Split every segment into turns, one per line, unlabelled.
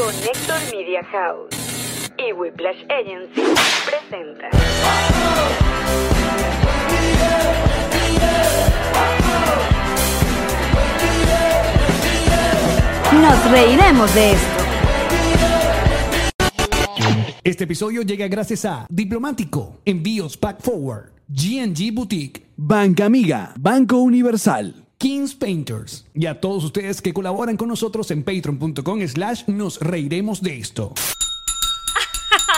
Connector Media House y Whiplash Agency presenta.
Nos reiremos de esto.
Este episodio llega gracias a Diplomático, Envíos Pack Forward, GNG Boutique,
Banca Amiga, Banco Universal.
Kings Painters y a todos ustedes que colaboran con nosotros en patreon.com slash nos reiremos de esto.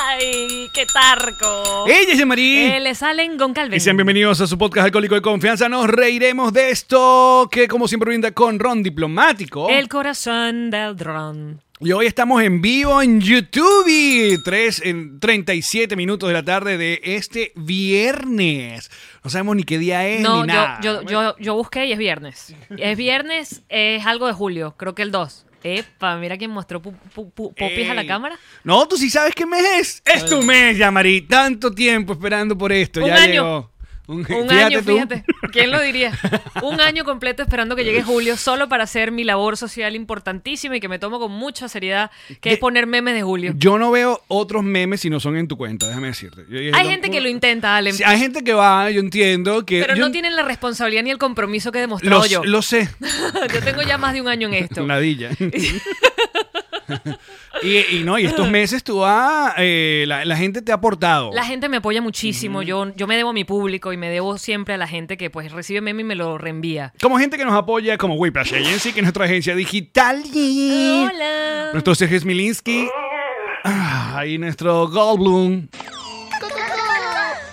¡Ay, qué tarco!
¡Ella es Marí!
Eh, le salen con Calvin.
Y sean bienvenidos a su podcast Alcohólico de Confianza. Nos reiremos de esto, que como siempre brinda con Ron Diplomático.
El corazón del dron.
Y hoy estamos en vivo en YouTube. 3 en 37 minutos de la tarde de este viernes. No sabemos ni qué día es
No,
Eh, ni
yo,
nada.
yo, yo, yo busqué y es viernes. Es viernes, es algo de julio, creo que el 2. Epa, mira quién mostró pu- pu- pu- popis a la
Ey.
cámara.
No, tú sí sabes qué mes es. Es tu mes, Yamari. Tanto tiempo esperando por esto.
Un
ya
año.
llegó.
Un año,
tú.
fíjate. ¿Quién lo diría? Un año completo esperando que llegue julio solo para hacer mi labor social importantísima y que me tomo con mucha seriedad, que es poner memes de julio.
Yo no veo otros memes si no son en tu cuenta, déjame decirte. Yo dije,
Hay
no,
gente
no.
que lo intenta, Ale,
Sí, hay gente que va, yo entiendo que.
pero
yo
no tienen la responsabilidad ni el compromiso que he demostrado
lo,
yo.
lo sé,
yo tengo ya más de un año en esto.
nadilla. y, y no, y estos meses tú vas, eh, la, la gente te ha aportado.
La gente me apoya muchísimo. yo, yo me debo a mi público y me debo siempre a la gente que pues recibe meme y me lo reenvía.
Como gente que nos apoya, como Whiplash Agency, que es nuestra agencia digital.
Hola.
Nuestro Sergio Smilinski. Ah, y nuestro Goldblum.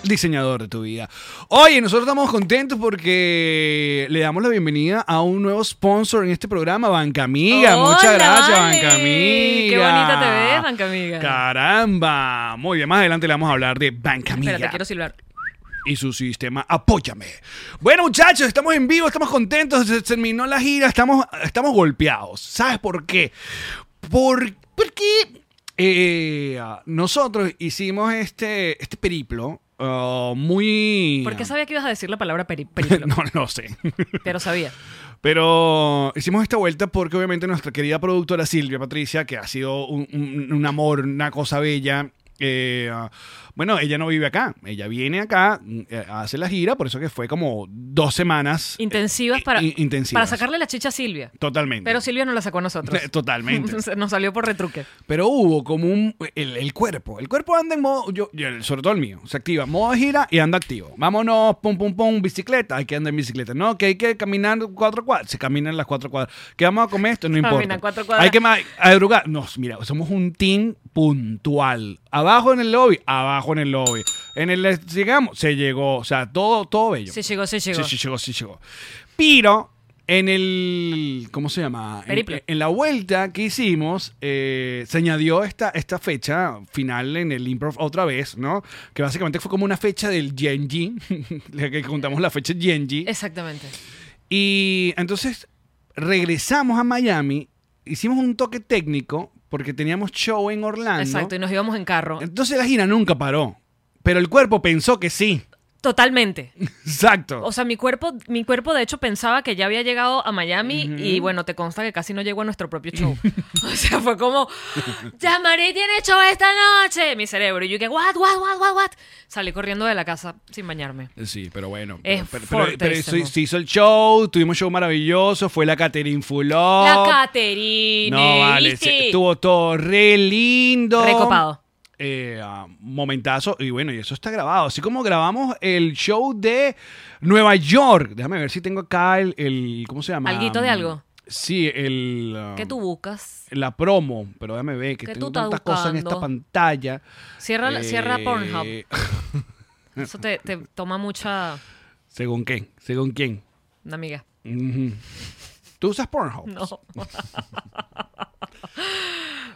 Diseñador de tu vida. Oye, nosotros estamos contentos porque le damos la bienvenida a un nuevo sponsor en este programa, Banca Amiga.
Hola,
Muchas gracias,
vale.
Banca Amiga.
Qué bonita te ves, Banca Amiga.
Caramba. Muy bien, más adelante le vamos a hablar de Banca Amiga
Espérate, quiero silbar.
y su sistema Apóyame. Bueno, muchachos, estamos en vivo, estamos contentos, se terminó la gira, estamos, estamos golpeados. ¿Sabes por qué? Por, porque eh, nosotros hicimos este, este periplo ah, muy...
¿Por qué sabía que ibas a decir la palabra peri- periplo?
no, no sé.
Pero sabía.
Pero hicimos esta vuelta porque obviamente nuestra querida productora Silvia Patricia, que ha sido un, un- un amor, una cosa bella, eh, ah, bueno, ella no vive acá, ella viene acá, mm, eh, hace la gira, por eso que fue como dos semanas. eh,
Intensivas para,
in- intensivas.
para sacarle la chicha a Silvia.
Totalmente.
Pero Silvia no la sacó a nosotros.
Eh, Totalmente.
Se- Nos salió por retruque.
Pero hubo como un. El, el cuerpo. El cuerpo anda en modo. Yo, yo- el- sobre todo el mío. Se activa. Modo gira y anda activo. Vámonos, pum, pum, pum, bicicleta. Hay que andar en bicicleta. No, que hay que caminar cuatro cuadras. Se caminan las cuatro cuadras. ¿Qué vamos a comer esto? No
Caminan
importa.
cuatro cuadras.
Hay que ma- madrugar. No, mira, somos un team puntual. Abajo en el lobby. Abajo en el lobby. En el. eh, Llegamos. Se llegó. O sea, todo, todo bello.
Se llegó, se llegó.
Sí, sí, llegó, sí, llegó. Pero en el. ¿Cómo se llama? En,
Periplo.
en la vuelta que hicimos, eh, se añadió esta, esta fecha final en el improv otra vez, ¿no? Que básicamente fue como una fecha del GNG, la que contamos la fecha GNG.
Exactamente.
Y entonces regresamos a Miami, hicimos un toque técnico porque teníamos show en Orlando.
Exacto. Y nos íbamos en carro.
Entonces la gira nunca paró. Pero el cuerpo pensó que sí.
Totalmente.
Exacto.
O sea, mi cuerpo, mi cuerpo de hecho pensaba que ya había llegado a Miami y bueno, te consta que casi no llegó a nuestro propio show. o sea, fue como, llamaré tiene show esta noche, mi cerebro. Y yo que, what, what, what, what, what. Salí corriendo de la casa sin bañarme.
Sí, pero bueno.
Es
pero, pero- pero- pero
fortísimo.
se, se hizo el show, tuvimos show maravilloso, fue la Catherine Fulop.
La Caterine.
Oh. No, vale,
¿viste?
se- estuvo todo re lindo.
Recopado.
Eh, ah, momentazo, y bueno, y eso está grabado. Así como grabamos el show de Nueva York. Déjame ver si tengo acá el. el- ¿Cómo se llama?
¿Alguito de algo?
Sí, el. ah,
¿Qué tú buscas?
La promo, pero déjame ver que
¿Qué
tengo
tú estás
tantas cosas en esta
buscando?
pantalla.
Cierra, la- cierra
Eh,
Pornhub. Eso te, te toma mucha...
¿Según quién? ¿Según quién?
Una amiga.
Ujú. ¿Tú usas Pornhub?
No.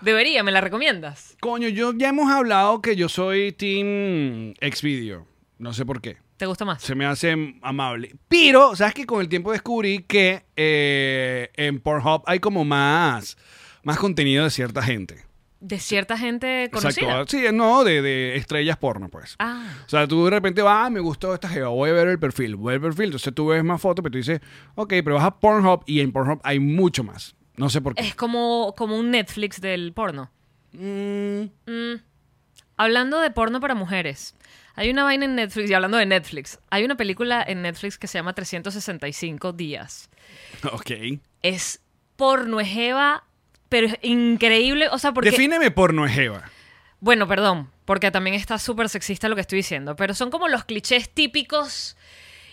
Debería, ¿me la recomiendas?
Coño, yo ya hemos hablado que yo soy Team Xvideo. No sé por qué.
¿Te gusta más?
Se me hace amable. Pero, ¿sabes que Con el tiempo descubrí que eh, en Pornhub hay como más, más contenido de cierta gente.
De cierta gente conocida.
Exacto. Sí, no, de, de estrellas porno, pues.
Ah.
O sea, tú de repente vas, ah, me gustó esta jeva, voy a ver el perfil, voy a ver el perfil. Entonces tú ves más fotos, pero tú dices, ok, pero vas a Pornhub y en Pornhub hay mucho más. No sé por qué.
Es como, como un Netflix del porno.
Mm,
Hablando de porno para mujeres, hay una vaina en Netflix, y hablando de Netflix, hay una película en Netflix que se llama 365 días.
ok.
Es porno ejeva, pero es increíble. O sea, porque.
Defíneme porno ejeva.
Bueno, perdón, porque también está súper sexista lo que estoy diciendo, pero son como los clichés típicos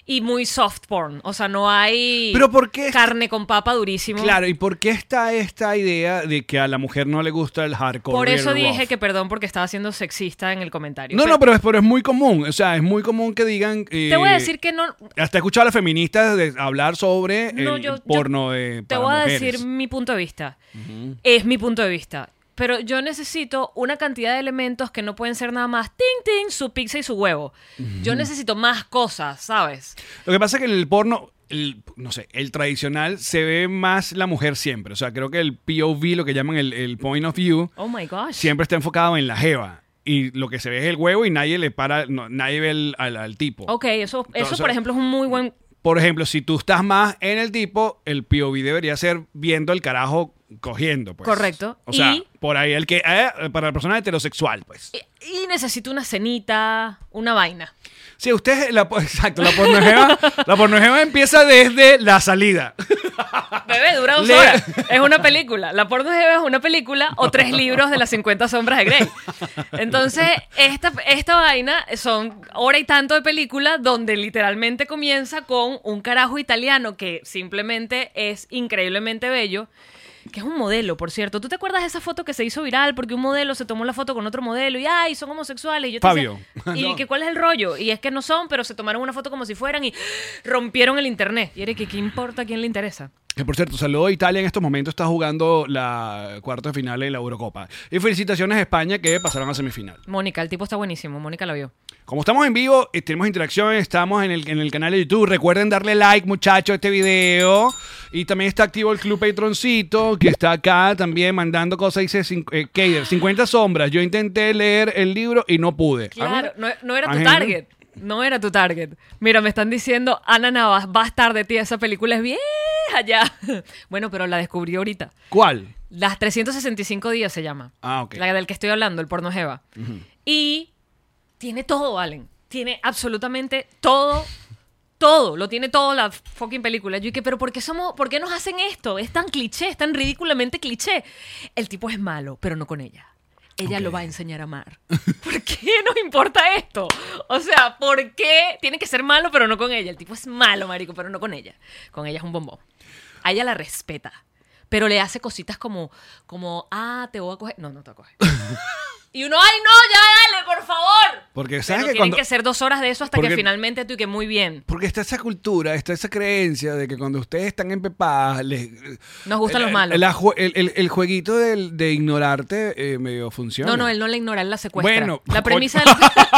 y muy soft porn. O sea, no hay.
Pero ¿por qué?
Carne con papa durísimo.
Claro, ¿y por qué está esta idea de que a la mujer no le gusta el hardcore?
Por
y el
eso dije
rough?
que perdón porque estaba siendo sexista en el comentario.
No, no, pero es, pero es muy común. O sea, es muy común que digan. eh,
Te voy a decir que no.
Hasta he escuchado a las feministas de- hablar sobre
no,
el
yo- yo
porno de.
Te
para
voy a
mujeres.
decir mi punto de vista. Es mi punto de vista. Pero yo necesito una cantidad de elementos que no pueden ser nada más ting ting, su pizza y su huevo. Yo necesito más cosas, ¿sabes?
Lo que pasa es que en el porno. el- no sé, el tradicional se ve más la mujer siempre. O sea, creo que el POV, lo que llaman el, el point of view,
Oh my gosh.
siempre está enfocado en la jeva. Y lo que se ve es el huevo y nadie le para, no, nadie ve el- al, al tipo.
Ok, eso, eso
Entonces-
por ejemplo es un muy buen
Por ejemplo, si tú estás más en el tipo, el POV debería ser viendo al carajo cogiendo, pues.
Correcto.
O sea,
Y- Eh.
por ahí el que. eh, para la persona heterosexual, pues.
Y necesito una cenita, una vaina.
Si usted. La, po- exacto, la pornojeva, la pornojeva empieza desde la salida.
Bebé, dura dos
Le-
horas. Es una película. La porno de bebé es una película o tres libros de las 50 sombras de Grey. Entonces, esta, esta vaina son hora y tanto de película donde literalmente comienza con un carajo italiano que simplemente es increíblemente bello. Que es un modelo, por cierto. ¿Tú te acuerdas de esa foto que se hizo viral porque un modelo se tomó la foto con otro modelo y ay, son homosexuales? Y yo te
Fabio.
decía, ¿Y
No.
que cuál es el rollo? Y es que no son, pero se tomaron una foto como si fueran y rompieron el internet. Y era que qué importa, a quién le interesa.
Que por cierto, saludo a Italia en estos momentos, está jugando la cuarta de final de la Eurocopa. Y felicitaciones a España que pasaron a semifinal.
Mónica, el tipo está buenísimo. Mónica lo vio.
Como estamos en vivo, eh, tenemos interacción, estamos en el, en el canal de YouTube. Recuerden darle like, muchachos, a este video. Y también está activo el Club Patroncito, que está acá también mandando cosas. Dice, cin- eh, Keider, 50 sombras. Yo intenté leer el libro y no pude.
Claro,
Ah,
no,
mira.
no era tu
Ángel,
target. No era tu target. Mira, me están diciendo, Ana Navas, vas tarde, tía, esa película es vieja ya. Bueno, pero la descubrí ahorita.
¿Cuál?
Las 365 días se llama.
Ah, ok.
La del que estoy hablando, el porno Jeva. Y tiene todo, Allen. Tiene absolutamente todo. Todo, lo tiene todo la fucking película. Yo dije, pero ¿por qué somos, por qué nos hacen esto? Es tan cliché, es tan ridículamente cliché. El tipo es malo, pero no con ella. Ella lo va a enseñar a amar. ¿Por qué nos importa esto? O sea, ¿por qué tiene que ser malo, pero no con ella? El tipo es malo, marico, pero no con ella. Con ella es un bombón. A ella la respeta, pero le hace cositas como, como, ah, te voy a coger. No, no te voy a coger. y uno, ay, no, ya dale, por favor.
Porque
Pero
sabes que
tienen
cuando...
que ser dos horas de eso hasta
Porque-
que finalmente tú y que muy bien.
Porque está esa cultura, está esa creencia de que cuando ustedes están empepadas, les... eh,
Nos gustan
el-
los malos.
la ju- El, el- el jueguito del- de ignorarte eh, medio funciona.
No, no, él no la ignora, él la secuestra.
Bueno,
la
coño.
premisa de la-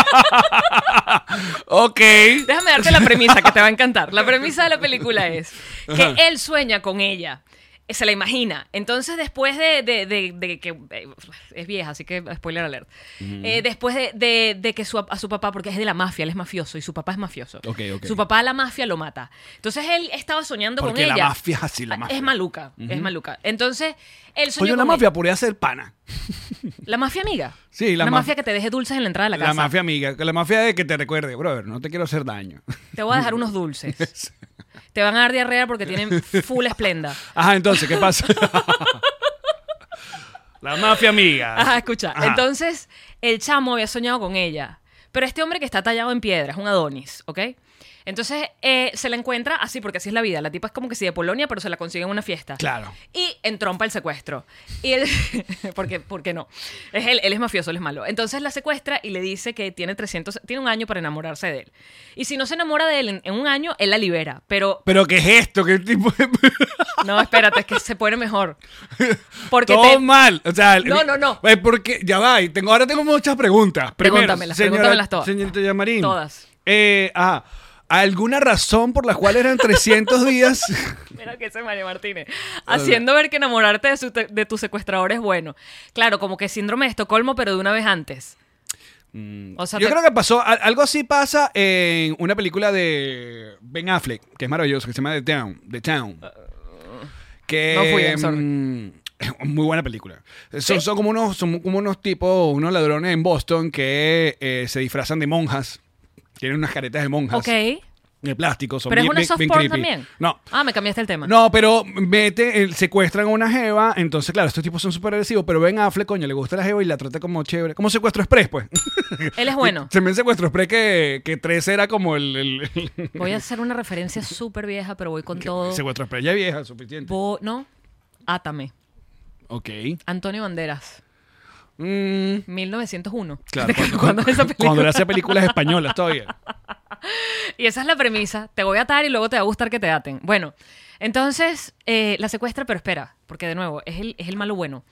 Ok.
Déjame darte la premisa que te va a encantar. La premisa de la película es que él sueña con ella. eh, Se la imagina. Entonces, después de, de- de- de que. eh, Es vieja, así que spoiler alert. Eh, después de, de- de que su, a su papá, porque es de la mafia, él es mafioso y su papá es mafioso.
Ok, ok.
Su papá, la mafia, lo mata. Entonces, él estaba soñando con
Porque la
ella.
mafia es así, la
Ah,
mafia.
Es maluca, es maluca. Entonces, él soñó
Coño, la
con
mafia
ella.
podría ser pana.
La mafia amiga.
Sí, la
Una
maf-
mafia que te deje dulces en la entrada de la
La,
casa.
mafia amiga, que la mafia de que te recuerde, brother, no te quiero hacer daño.
Te voy a dejar unos dulces. Te van a dar diarrea porque tienen full esplenda.
Ajá, Ah, entonces, ¿qué pasa? la mafia amiga.
Ajá, escucha.
Ajá.
Entonces, el chamo había soñado con ella. Pero este hombre que está tallado en piedra es un Adonis, ¿ok? Entonces, eh, se la encuentra así, porque así es la vida. La tipa es como que sí de Polonia, pero se la consigue en una fiesta.
Claro.
Y entrompa el secuestro. Y él, porque, porque no. Es él, él es mafioso, él es malo. Entonces la secuestra y le dice que tiene 300, tiene un año para enamorarse de él. Y si no se enamora de él en- en un año, él la libera. Pero
Pero ¿qué es esto? ¿Qué tipo de...
No, espérate, es que se pone mejor. Porque
Todo
te-
mal. O sea,
No, no, no.
Eh, Porque, ya va, y tengo, ahora tengo muchas preguntas. Primero,
Pregúntamelas, pregúntamelas todas.
Señorita Yamarín.
Todas.
Eh, ajá. ¿Alguna razón por la cual eran 300 días?
Mira que ese Mario Martínez. Haciendo ver que enamorarte de, su te- de tu secuestrador es bueno. Claro, como que síndrome de Estocolmo, pero de una vez antes. o sea,
Mm, Yo
te-
creo que pasó, al- algo así pasa en una película de Ben Affleck, que es maravilloso, que se llama The Town. The Town. Que,
No Uh, fui, I'm sorry.
mm, Muy buena película. Son, son como unos, son como unos tipos, unos ladrones en Boston que eh, se disfrazan de monjas. Tienen unas caretas de monjas.
Ok.
De plástico. Son
Pero es
bien-
una
bien-
soft
bien
porn
creepy.
también.
No.
Ah, me cambiaste el tema.
No, pero mete, eh, secuestran a una jeva, entonces claro, estos tipos son súper agresivos, pero ven a Affleck, coño, le gusta la jeva y la trata como chévere. Como secuestro express, pues.
Él es bueno.
Se me secuestro express que, que 13 era como el... el- el-
Voy a hacer una referencia súper vieja, pero voy con todo.
secuestro express ya vieja, suficiente.
Bo- no, Átame.
Ok.
Antonio Banderas,
Mm,
1901.
claro, cuando,
¿Cuándo es esa película?
cuando le hacía películas españolas todavía.
Y esa es la premisa. Te voy a atar y luego te va a gustar que te aten. Bueno, entonces eh, la secuestra, pero espera, porque de nuevo, es el, es el malo bueno.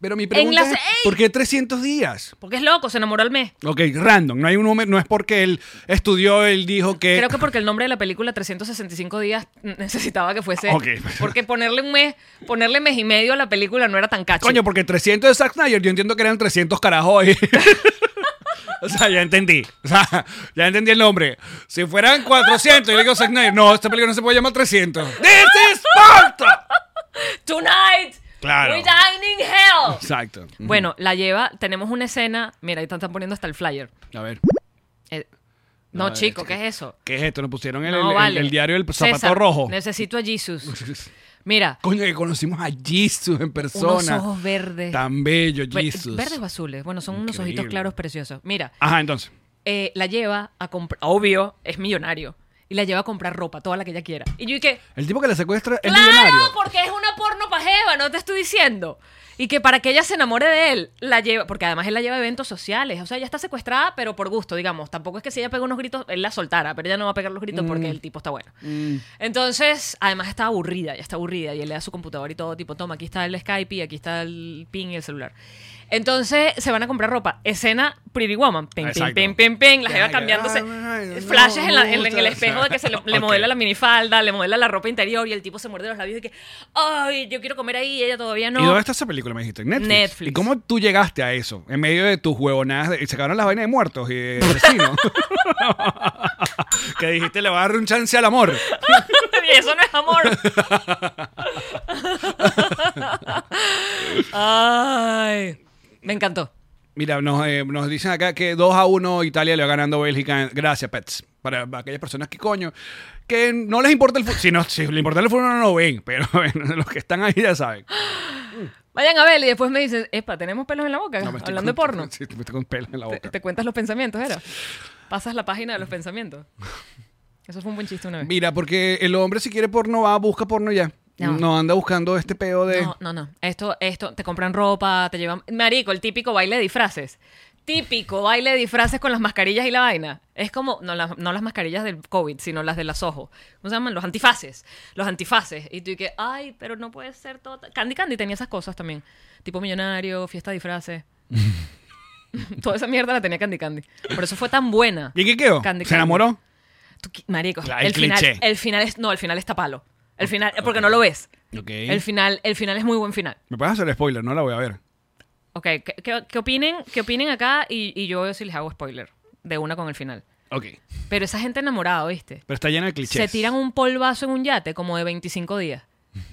Pero mi pregunta
las-
es,
¡Ey!
¿por qué 300 días?
Porque es loco, se enamoró al mes.
Ok, random, no hay un número, no es porque él estudió, él dijo que...
Creo que porque el nombre de la película 365 días necesitaba que fuese.
Ok.
Porque ponerle un mes, ponerle mes y medio a la película no era tan cacho.
Ah, Coño, porque 300 de Zack Snyder, yo entiendo que eran 300 carajos ahí. o sea, ya entendí. O sea, ya entendí el nombre. Si fueran 400, yo digo Zack Snyder, no, esta película no se puede llamar 300. ¡This is Sparta!
Tonight.
Claro.
We dining hell.
Exacto.
Bueno, la lleva, tenemos una escena. Mira, ahí están, están poniendo hasta el flyer.
A ver,
Eh, no,
No,
chico,
es
¿qué es eso?
¿qué es esto? Nos pusieron el,
no,
el-
vale.
el diario del zapato
César,
rojo.
Necesito a Jesus. Mira,
Coño, que conocimos a Jesus en
unos
persona.
ojos verdes.
Tan bello,
Ve-
Jesus.
Verdes o azules. Bueno, son unos
Increíble.
ojitos claros preciosos. Mira,
Ajá, entonces.
eh, la lleva a comprar. Obvio, es millonario. Y la lleva a comprar ropa, toda la que ella quiera. Y yo dije,
El tipo que la secuestra es
claro,
millonario.
porque es una porno pajeva, no te estoy diciendo. Y que para que ella se enamore de él, la lleva, porque además él la lleva a eventos sociales. O sea, ella está secuestrada, pero por gusto, digamos. Tampoco es que si ella pega unos gritos, él la soltara, pero ella no va a pegar los gritos
Mm.
porque el tipo está bueno. Entonces, además está aburrida, ya está aburrida. Y él le da su computador y todo, tipo, toma, aquí está el Skype y aquí está el ping y el celular. Entonces, se van a comprar ropa. Escena Pretty Woman. Ping, ping,
Exacto.
ping, ping, ping. La lleva
Ay,
cambiándose.
ay, ay,
Flashes
no,
en, la- en- en el
muchas.
espejo de que se le, le
Ok.
modela la minifalda, le modela la ropa interior y el tipo se muerde los labios y que, ay, yo quiero comer ahí y ella todavía no.
¿Y dónde está esa película? Me dijiste, ¿En Netflix.
Netflix.
¿Y cómo tú llegaste a eso? En medio de tus huevonadas, de- se acabaron las vainas de muertos y de asesinos. que dijiste, le voy a dar un chance al amor.
Y eso no es amor. ay, me encantó.
Mira, nos, eh, nos dicen acá que 2 a 1 Italia le va ganando a Bélgica. Gracias, Pets. Para aquellas personas que coño, que no les importa el fútbol. Si, no, si les importa el fútbol, no lo ven. Pero bueno, los que están ahí ya saben.
Vayan a ver y después me dices, epa, tenemos pelos en la boca,
No, me estoy
Eh, hablando de
con-
porno.
Sí, me estoy con pelos en la
Te,
boca.
te cuentas los pensamientos, ¿era? Pasas la página de los pensamientos. Eso fue un buen chiste una vez.
Mira, porque el hombre, si quiere porno, va, busca porno ya.
No.
No, anda buscando este peo de.
No, no, no. Esto, esto, te compran ropa, te llevan. Marico, el típico baile de disfraces. Típico baile de disfraces con las mascarillas y la vaina. Es como, no las, no las mascarillas del COVID, sino las de las ojos. ¿Cómo se llaman? Los antifaces. Los antifaces. Y tú y que, ay, pero no puede ser todo. ta-". Candy Candy tenía esas cosas también. Tipo millonario, fiesta de disfraces. Toda esa mierda la tenía Candy Candy. Por eso fue tan buena.
¿Y qué quedó?
Candy
¿Se
Candy.
enamoró?
Tú qui- marico,
Claro,
el,
el
final,
cliché.
el final es, no, el final está palo. El final, porque no lo ves.
Ok.
El final, el final es muy buen final.
Me puedes hacer spoiler, no la voy a ver.
Ok, ¿qué, qué- qué opinen, qué opinen acá? Y, y yo veo si les hago spoiler de una con el final.
Ok.
Pero esa gente enamorada, ¿viste?
Pero está llena de clichés.
Se tiran un polvazo en un yate como de 25 días.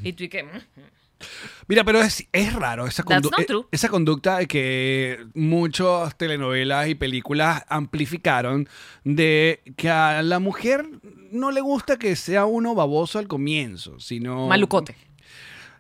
Y tú y que... mm,
Mira, pero es, es raro esa,
That's
condu-
not
e-
true.
esa conducta de que muchas telenovelas y películas amplificaron de que a la mujer no le gusta que sea uno baboso al comienzo, sino...
Malucote.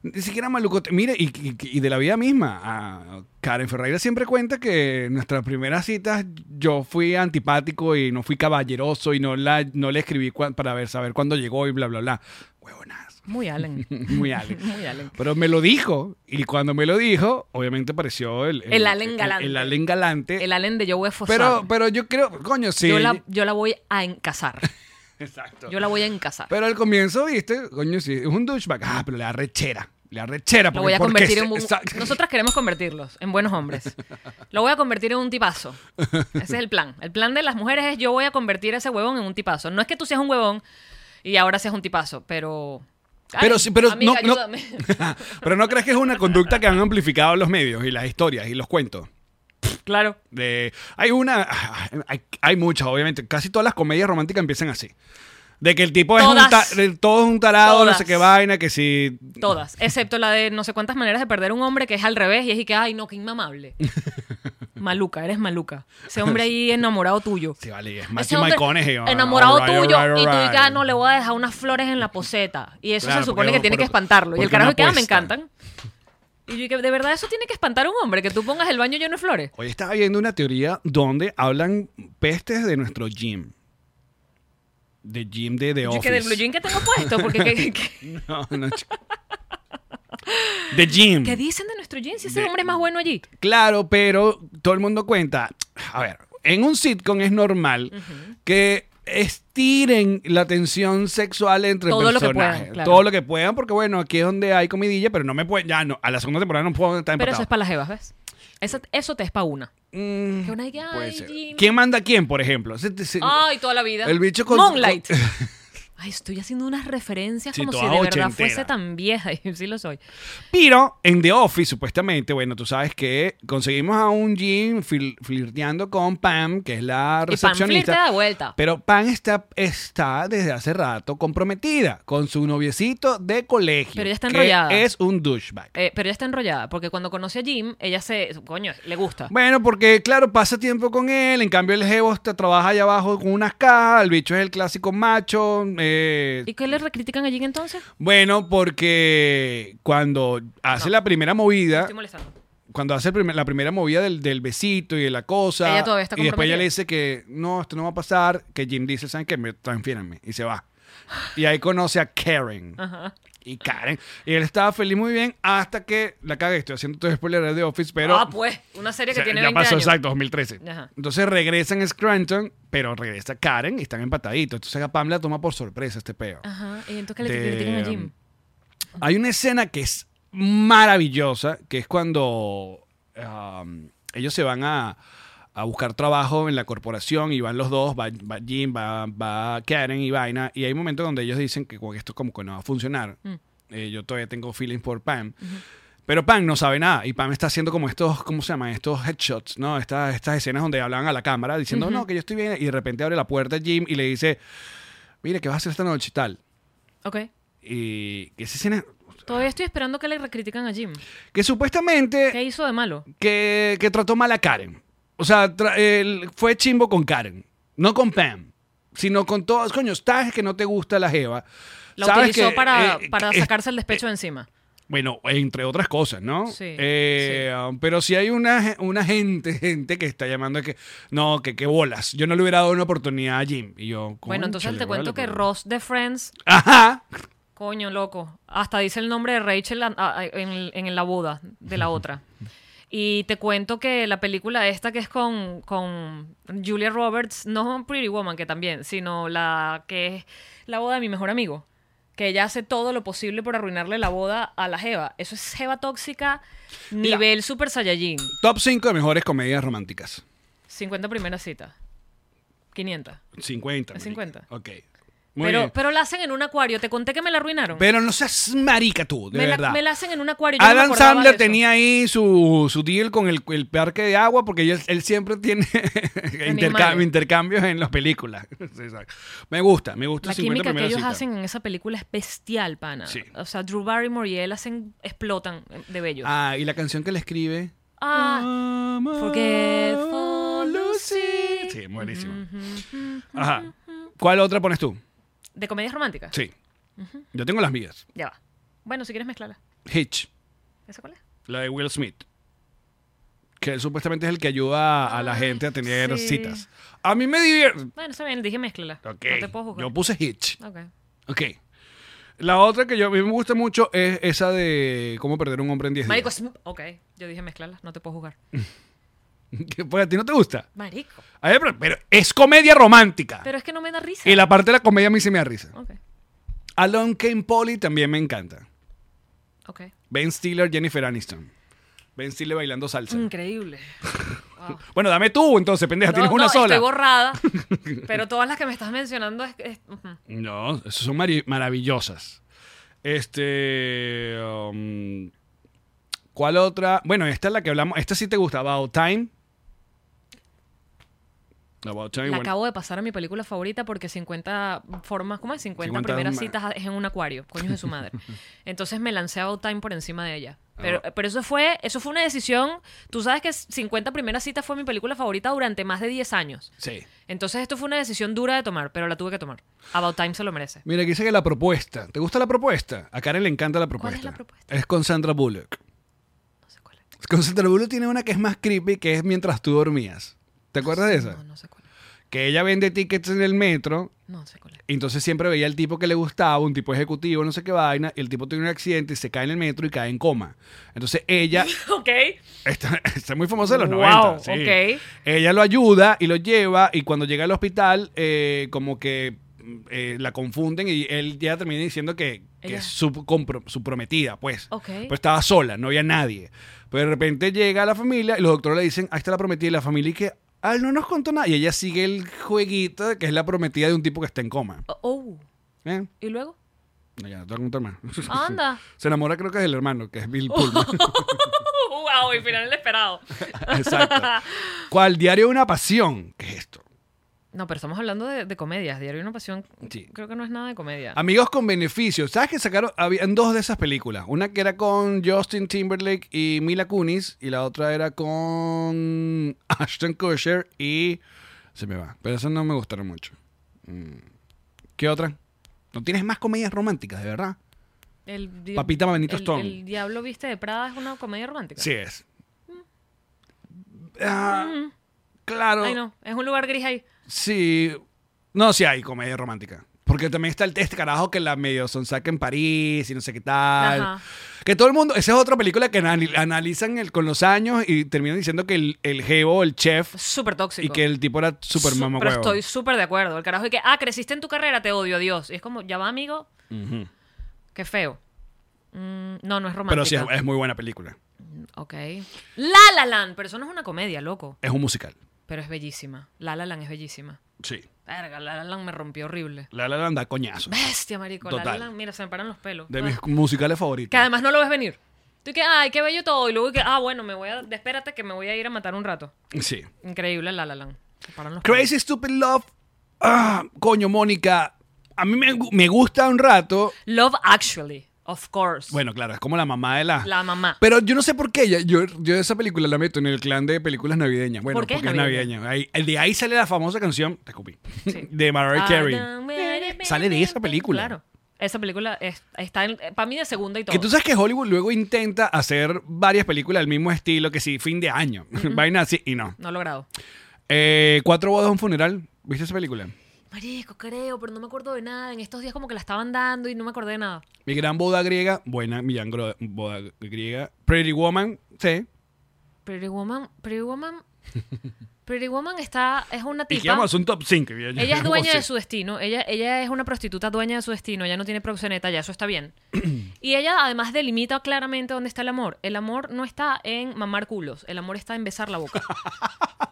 Ni siquiera malucote. Mire, y, y- y de la vida misma. ah, Karen Ferreira siempre cuenta que en nuestras primeras citas yo fui antipático y no fui caballeroso y no, la, no le escribí cua- para ver, saber cuándo llegó y bla, bla, bla. Huevonas.
Muy Allen.
Muy Allen.
Muy Allen.
Pero me lo dijo. Y cuando me lo dijo, obviamente apareció el...
El Allen galante.
El, Allen galante.
El Allen de Joe Fossard.
pero, pero yo creo... Coño, sí.
yo, la, yo la voy a encasar.
Exacto.
Yo la voy a encasar.
Pero al comienzo, viste, coño, sí, es un douchebag. Ah, pero le da rechera. Le da rechera.
Lo
Ah, porque-
voy a
porque
convertir
se-
en un...
exacto.
Nosotras queremos convertirlos en buenos hombres. Lo voy a convertir en un tipazo. Ese es el plan. El plan de las mujeres es yo voy a convertir a ese huevón en un tipazo. No es que tú seas un huevón y ahora seas un tipazo, pero... Ay,
Pero sí, pero
amiga,
no, no,
ayúdame.
pero no crees que es una conducta que han amplificado los medios y las historias y los cuentos.
claro.
De, hay una, hay, hay muchas, obviamente, casi todas las comedias románticas empiezan así. De que el tipo es un,
Todas.
ta- el- todo es un tarado,
Todas.
no sé qué vaina, que si.
Todas, excepto la de no sé cuántas maneras de perder un hombre que es al revés y es y que, ay, no, qué inmamable. Maluca, eres maluca. Ese hombre ahí enamorado tuyo.
Sí, vale, es
Ese
Matthew
hombre
McConaughey. ah,
enamorado
alright,
tuyo
alright,
y tú
alright.
digas, no, le voy a dejar unas flores en la poseta. Y eso
Claro,
se supone
porque-
que tiene
porque-
que espantarlo. Y el
porque
carajo
una
que ah, me
apuesta.
encantan. Y yo que de verdad eso tiene que espantar a un hombre, que tú pongas el baño lleno de flores.
Hoy estaba viendo una teoría donde hablan pestes de nuestro gym. De gym de The
Yo
Office.
que del blue jean que tengo puesto, porque ¿qué, qué-
No, no, ch- The gym.
qué dicen de nuestro jean si ese
De-
hombre es más bueno allí?
Claro, pero todo el mundo cuenta. A ver, en un sitcom es normal que estiren la tensión sexual entre
Todo lo que
personajes.
puedan, claro.
Todo lo que puedan, porque bueno, aquí es donde hay comidilla, pero no me pueden. Ya, no, a la segunda temporada no puedo estar
Pero eso
empatado.
es para las evas, ¿ves? Esa- eso te es para una.
Mm,
Que una diga,
puede
"Ay,
ser.
Jim".
¿Quién manda a quién, por ejemplo? Se- se-
Ay, toda la vida.
El bicho con-
Moonlight.
con-
Ay, estoy haciendo unas referencias
Sí,
como si
toda
de verdad
ochentera.
fuese tan vieja. Y sí lo soy.
Pero en The Office, supuestamente, bueno, tú sabes que conseguimos a un Jim fil- flirteando con Pam, que es la
Y Pam flirta
recepcionista.
de vuelta.
Pero Pam está, está desde hace rato comprometida con su noviecito de colegio.
Pero ella está
que
enrollada.
Es un douchebag.
Eh, pero ella está enrollada, porque cuando conoce a Jim, ella se. Coño, le gusta.
Bueno, porque claro, pasa tiempo con él, en cambio el jevo está- trabaja allá abajo con unas cajas, el bicho es el clásico macho. eh,
¿Y qué le recritican a Jim entonces?
bueno, porque cuando hace la primera movida,
Estoy molestando.
cuando hace el primer- la primera movida del, del besito y de la cosa.
Ella todavía está
Y después ella
comprometida.
le dice que no, esto no va a pasar. Que Jim dice, ¿saben qué? Me transfieranme. Y se va. Y ahí conoce a Karen. Y Karen. Y él estaba feliz muy bien hasta que la cagué. Estoy haciendo todo spoiler de Office, pero.
ah, pues, una serie que
o sea,
tiene
ya
20
pasó,
años.
exacto, 2013.
Ajá.
Entonces regresan a Scranton, pero regresa Karen y están empataditos. Entonces a Pam la toma por sorpresa este peo.
Ajá, y entonces ¿qué
de-
le
um,
critican a Jim.
Hay una escena que es maravillosa, que es cuando um, ellos se van a, a buscar trabajo en la corporación y van los dos, va, va Jim, va, va Karen y Vaina, y hay un momento donde ellos dicen que bueno, esto como que no va a funcionar. Eh, yo todavía tengo feelings por Pam. Pero Pam no sabe nada y Pam está haciendo como estos, ¿cómo se llaman? Estos headshots, ¿no? Estas, estas escenas donde hablan a la cámara diciendo, no, que yo estoy bien y de repente abre la puerta Jim y le dice, mire, ¿qué vas a hacer esta noche y tal?
Ok.
Y esa escena
Todavía estoy esperando que le recritican a Jim.
que
¿Qué
supuestamente
hizo de malo?
que, que trató mal a Karen. O sea, tra- él fue chimbo con Karen, no con Pam, sino con todos, coño, estás que no te gusta la Jeva.
La
Sabes
utilizó
que,
para,
eh,
para
eh,
sacarse el despecho de encima.
Bueno, entre otras cosas, ¿no?
Sí,
Eh, um, Pero si hay una, una gente, gente que está llamando que, no, que, que bolas. Yo no le hubiera dado una oportunidad a Jim. Y yo,
Bueno, entonces
cónchale,
te cuento
vale,
que
pero-
Ross de Friends,
Ajá.
coño, loco, hasta dice el nombre de Rachel a- a- a- en, en la boda de la otra. Y te cuento que la película esta que es con, con Julia Roberts, no Pretty Woman, que también, sino la que es la boda de mi mejor amigo, que ella hace todo lo posible por arruinarle la boda a la Jeva. Eso es Jeva tóxica,
Mira.
nivel Super Saiyajin.
Top 5 de mejores comedias románticas.
50 primeras citas. 500.
50. marica.
50.
Ok. Muy
Pero,
bien.
pero la hacen en un acuario. Te conté que me la arruinaron.
Pero no seas marica tú, de
me,
verdad.
la, me la hacen en un acuario. yo no me
Adam
acordaba de
Sandler
eso.
tenía ahí su, su deal con el, el parque de agua porque ellos- él, siempre tiene interca- intercambios en las películas. Sí, exacto. me gusta, me gusta.
La
50
química que
primeras
ellos
citas.
hacen en esa película es bestial, pana.
Sí.
O sea, Drew Barrymore y él hacen, explotan de Ah, bellos. Ah,
Ah, y la canción que le escribe.
Forgetful Lucy.
Sí, buenísimo. Ajá. ¿Cuál otra pones tú?
De comedias románticas.
Sí. Yo tengo las mías.
Ya va. Bueno, si quieres mezclarla.
Hitch,
¿Esa cuál es?
la de Will Smith. Que él supuestamente es el que ayuda a, a la gente a tener
sí.
citas. A mí me divierte.
Bueno, está bien, dije mezclala.
Ok.
No te puedo juzgar.
Yo puse Hitch.
Ok.
Ok. La otra que yo a mí me gusta mucho es esa de cómo perder un hombre en 10
Marico,
días.
es- ok. Yo dije mezclarla, no te puedo juzgar.
Que, pues, a ti no te gusta.
Marico.
A ver, pero, pero es comedia romántica.
Pero es que no me da risa.
Ah. y la parte de la comedia a mí se me da risa.
Ok.
Alon Kane Polly también me encanta.
Ok.
Ben Stiller, Jennifer Aniston. Ben Stiller bailando salsa.
Mm. Increíble.
Bueno, dame tú entonces, pendeja, tienes
No,
Ah, una
no,
sola.
Estoy borrada. pero todas las que me estás mencionando es. es- ujú.
No, esas son mari- maravillosas. Este. um, ¿Cuál otra? Bueno, esta es la que hablamos. Esta sí te gusta, About Time. About Time,
La
bueno.
acabo de pasar a mi película favorita porque 50 formas, ¿cómo es? 50,
50
primeras
ma-
citas es en un acuario, coño de su madre. Entonces me lancé a About Time por encima de ella.
Ah.
Pero, pero eso fue eso fue una decisión. Tú sabes que 50 primeras citas fue mi película favorita durante más de 10 años.
Sí.
Entonces esto fue una decisión dura de tomar, pero la tuve que tomar. About Time se lo merece.
Mira, aquí dice que la propuesta. ¿Te gusta la propuesta? A Karen le encanta la propuesta.
¿Cuál es la propuesta?
Es con Sandra Bullock.
No sé cuál es.
Con Sandra Bullock tiene una que es más creepy, que es mientras tú dormías. ¿Te acuerdas de esa?
No, no sé cuál es.
Que ella vende tickets en el metro.
No sé cuál es.
y Entonces siempre veía al tipo que le gustaba, un tipo ejecutivo, no sé qué vaina, y el tipo tiene un accidente y se cae en el metro y cae en coma. Entonces ella
Ok.
Está, está muy famosa de los
Wow,
90. sí.
ok.
Ella lo ayuda y lo lleva y cuando llega al hospital eh, como que mm, eh, la confunden y él ya termina diciendo que, que
Ella-
es su, compro- su prometida, pues.
Ok.
Pues estaba sola, no había nadie. Pero de repente llega la familia y los doctores le dicen, ahí está la prometida y la familia y que, ah, no nos contó nada. Y ella sigue el jueguito de que es la prometida de un tipo que está en coma.
Oh, oh.
¿Eh?
¿Y luego?
No, ya no te voy a contar más.
Anda.
Se enamora creo que del hermano, que es Bill Pullman.
wow, y final el esperado.
Exacto. ¿Cuál diario de una pasión? ¿Qué es esto?
No, pero estamos hablando de, de comedias. Diario de una pasión.
Sí.
Creo que no es nada de comedia.
Amigos con beneficios. ¿Sabes que sacaron? Habían dos de esas películas. Una que era con Justin Timberlake y Mila Kunis. Y la otra era con Ashton Kutcher y. Se me va. Pero esas no me gustaron mucho. Mm. ¿Qué otra? ¿No tienes más comedias románticas, de verdad?
El di-
Papita Manito
el-
Stone.
El Diablo Viste de Prada es una comedia romántica.
Sí es. Ah, Claro.
Ay, no. Es un lugar gris ahí.
Sí. No, sí hay comedia romántica. Porque también está el este carajo que la medio son saca en París y no sé qué tal.
Ajá.
Que todo el mundo. Esa es otra película que anal- analizan el, con los años y terminan diciendo que el, el jevo, el chef,
Es Súper tóxico.
y que el tipo era súper
Su-
mamá
Pero estoy súper de acuerdo. El carajo y que, ah, creciste en tu carrera, te odio, Dios. Y es como, ya va, amigo. Qué feo. Mm, no, no es romántica. Mm,
Pero sí, es, es muy buena película.
Ok. La La Land. Pero eso no es una comedia, loco.
Es un musical.
Pero es bellísima. La La Land es bellísima.
Sí.
Verga, La La Land me rompió horrible.
La La Land da coñazo.
Bestia, marico. La La
Total.
Land, mira, se me paran los pelos.
De
Ah.
mis musicales
Que
favoritos.
además no lo ves venir. Tú que, ay, qué bello todo. Y luego que, ah, bueno, me voy a. Espérate que me voy a ir a matar un rato.
Sí.
Increíble La La Land. Se paran los
Crazy Stupid Love. Ah, coño, Mónica. A mí me, gu- me gusta un rato.
pelos. Love Actually, of course.
Bueno, claro, es como la mamá de la.
La mamá.
Pero yo no sé por qué. ya- Yo, yo esa película la meto en el clan de películas navideñas. Bueno,
¿Por qué es
porque es navideña. Ahí- el de ahí sale la famosa canción. Te escupí.
Sí.
De
Ah,
Mariah Carey. Eh, Sale de esa película.
Claro. Esa película es- está para mí de segunda y todo.
Que tú sabes que Hollywood luego intenta hacer varias películas del mismo estilo, que sí, fin de año.
Mm,
Vaina así y no.
No ha logrado.
Eh, Cuatro bodas, un funeral. ¿Viste esa película?
Marico, creo, pero no me acuerdo de nada. En estos días como que la estaban dando y no me acordé de nada.
Mi gran boda griega. Buena, mi gran gro- boda griega. Pretty Woman. Sí.
Pretty Woman, Pretty Woman, Pretty Woman está, es una
Y
tipa.
que vamos a hacer un top 5.
Ella es dueña de su destino. Ella, ella es una prostituta dueña de su destino. Ella no tiene proxeneta, ya eso está bien. y ella además delimita claramente dónde está el amor. El amor no está en mamar culos. El amor está en besar la boca.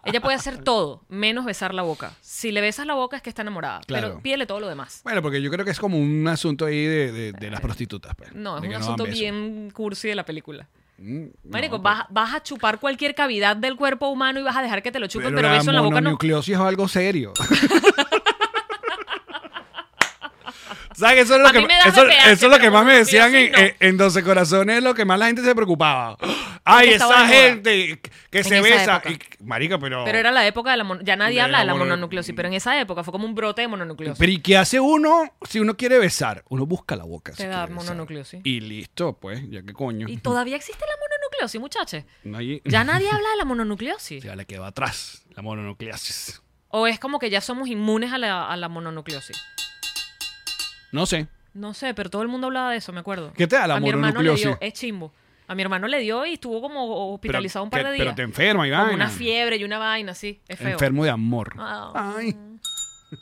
ella puede hacer todo, menos besar la boca. Si le besas la boca es que está enamorada.
Claro.
Pero pídele todo lo demás.
Bueno, porque yo creo que es como un asunto ahí de, de- de las prostitutas. pues,
Eh, No, es
de
un
que dan
asunto
besos.
bien cursi de la película.
Mm,
Marico,
no,
vas, vas a chupar cualquier cavidad del cuerpo humano y vas a dejar que te lo chupen, pero,
la
beso en la boca no.
mononucleosis es algo serio. ¿Sabes? Eso es lo
A
que,
mí me da
eso,
repeaje,
eso es lo que
pero
más me
mononucleosis
decían en,
no.
en- en 12 Corazones, es lo que más la gente se preocupaba. Ay,
Porque estaba
esa
de moda.
gente que se
esa
besa.
época.
Y- marica, pero.
Pero era la época de la mon- ya nadie
De
habla
la
de la
mono-
mononucleosis, pero en esa época fue como un brote de mononucleosis.
Pero ¿y qué hace uno si uno quiere besar? Uno busca la boca.
Te
si
da
quiere besar.
mononucleosis.
Y listo, pues, ya que coño.
Y todavía existe la mononucleosis, muchachos.
No hay-
Ya nadie habla de la mononucleosis.
Ya le quedó atrás la mononucleosis.
O es como que ya somos inmunes a la, a la mononucleosis.
No sé.
No sé, pero todo el mundo hablaba de eso, me acuerdo.
¿Qué te da la
a mi hermano le dio,
mononucleosis?
es chimbo. A mi hermano le dio y estuvo como hospitalizado un par
que-
de días.
pero te enferma, Iván.
Con una fiebre y una vaina, sí. Es feo.
Enfermo de amor.
Ah.
Ay.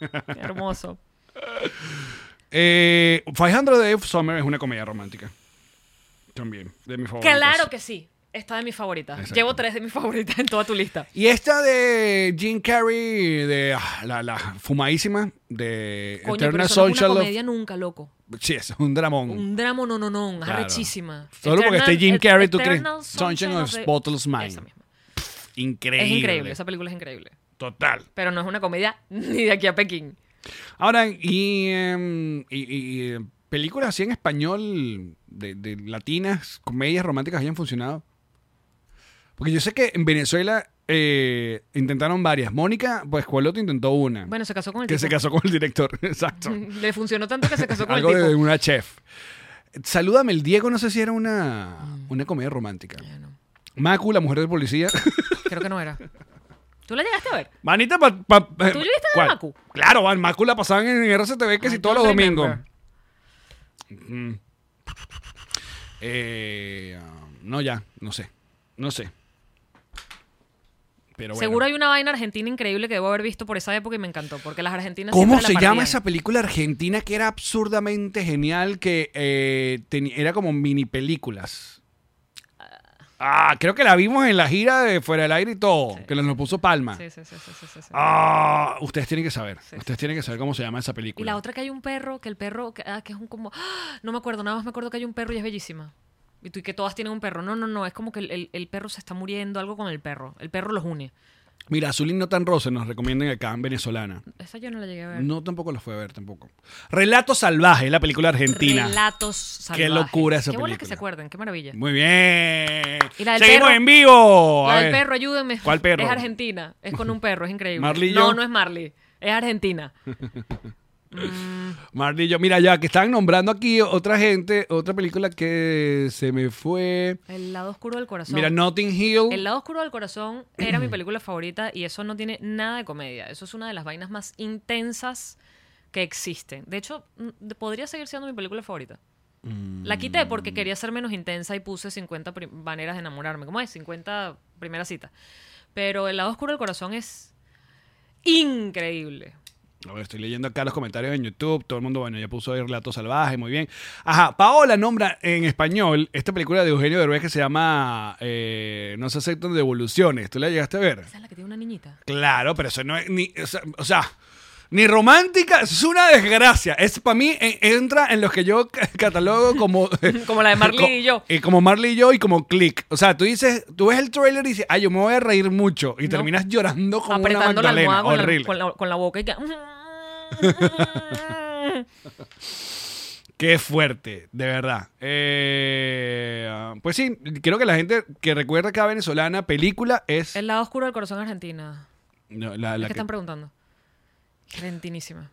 Qué Hermoso.
Eh, 500 Days of Summer es una comedia romántica. También, de mis favoritas.
Claro que sí. Esta de mis favoritas.
Exacto.
Llevo tres de mis favoritas en toda tu lista.
Y esta de Jim Carrey, de ah, la, la fumadísima, de
Coño, pero
Eternal
eso no es una
Social of-
comedia nunca, loco.
Sí, es un dramón.
Un drama no, no, no,
Mm. Claro.
arrechísima.
Solo porque
Eternal-
esté Jim
Et-
Carrey, tú crees.
Eternal
Sunshine of
the-
Spotless Mind.
Esa misma.
Increíble.
Es increíble, esa película es increíble.
Total.
Pero no es una comedia ni de aquí a Pekín.
Ahora, y, em, y- y, em, películas así en español, de, de latinas, comedias románticas hayan funcionado. Porque yo sé que en Venezuela eh, intentaron varias. Mónica, pues Cualoto intentó una.
Bueno, se casó con el
que
tipo.
se casó con el director. Exacto.
Le funcionó tanto que se casó con el
Algo
tipo.
de una chef. Salúdame el Diego, no sé si era una,
Mm.
una comedia romántica.
Bueno,
Macu, la mujer del policía.
creo que no era. ¿Tú la llegaste a ver?
Manita, pa, pa- eh,
¿Tú viste
¿cuál?
Macu?
Claro, Van Macu la pasaban en RCTV que
I
si todos los
don't
domingos.
remember.
Eh, ah, no, ya, no sé. No sé. Pero bueno.
Seguro hay una vaina argentina increíble que debo haber visto por esa época y me encantó, porque las argentinas
¿Cómo
siempre la
se llama
parodian.
esa película argentina que era absurdamente genial? Que eh, teni- era como mini películas. Ah, creo que la vimos en la gira de Fuera del Aire y todo, que nos lo puso Palma.
Sí, sí, sí, sí, sí, sí, sí.
Ah, ustedes tienen que saber.
Sí,
ustedes tienen que saber cómo se llama esa película.
Y la otra que hay un perro, que el perro, que, ah, que es un como... ¡Ah! No me acuerdo, nada más me acuerdo que hay un perro y es bellísima. Y tú y que todas tienen un perro. No, no, no, es como que el, el- el perro se está muriendo, algo con el perro. El perro los une.
Mira, Azulín no tan rosa nos recomiendan acá en venezolana.
Esa yo no la llegué a ver.
No, tampoco la fue a ver tampoco. Relato salvaje, la película argentina.
Relatos
Qué
salvajes.
locura esa
Qué bolas que
película.
se acuerden, qué maravilla.
Muy bien.
Y la del
Seguimos
perro.
en vivo. A
La del
ver.
perro, ayúdenme.
¿Cuál perro?
Es argentina. Es con un perro, es increíble.
¿Marley y
no,
yo?
no es Marley. Es argentina.
Marley y yo, mira ya que están nombrando aquí otra gente, otra película que se me fue.
El lado oscuro del corazón.
Mira, Notting Hill.
El lado oscuro del corazón era mi película favorita y eso no tiene nada de comedia. Eso es una de las vainas más intensas que existen. De hecho, mm, de- podría seguir siendo mi película favorita.
Mm.
La quité porque quería ser menos intensa y puse 50 pri- maneras de enamorarme. ¿Cómo es? 50 primera cita. Pero el lado oscuro del corazón es increíble.
A ver, estoy leyendo acá los comentarios en YouTube. Todo el mundo, bueno, ya puso ahí Relato Salvaje, muy bien. Ajá, Paola nombra en español esta película de Eugenio Derbez que se llama eh, No se aceptan devoluciones. ¿Tú la llegaste a ver?
Esa es la que tiene una niñita.
Claro, pero eso no es ni. O sea, o sea, ni romántica, es una desgracia. Es para mí, eh, entra en los que yo ca- catalogo como.
Como la de Marley y yo.
Y como Marley y yo y como Click. O sea, tú dices, tú ves el trailer y dices, ay, yo me voy a reír mucho. Y
No.
terminas llorando como
Apretando la
una Magdalena.
almohada con
Horrible.
la, con, la, con la boca y que...
Qué fuerte, de verdad. Eh, pues sí, creo que la gente que recuerda cada venezolana película es.
El lado oscuro del corazón argentina.
No, la-
Es
la
que
que-
están preguntando. Argentinísima.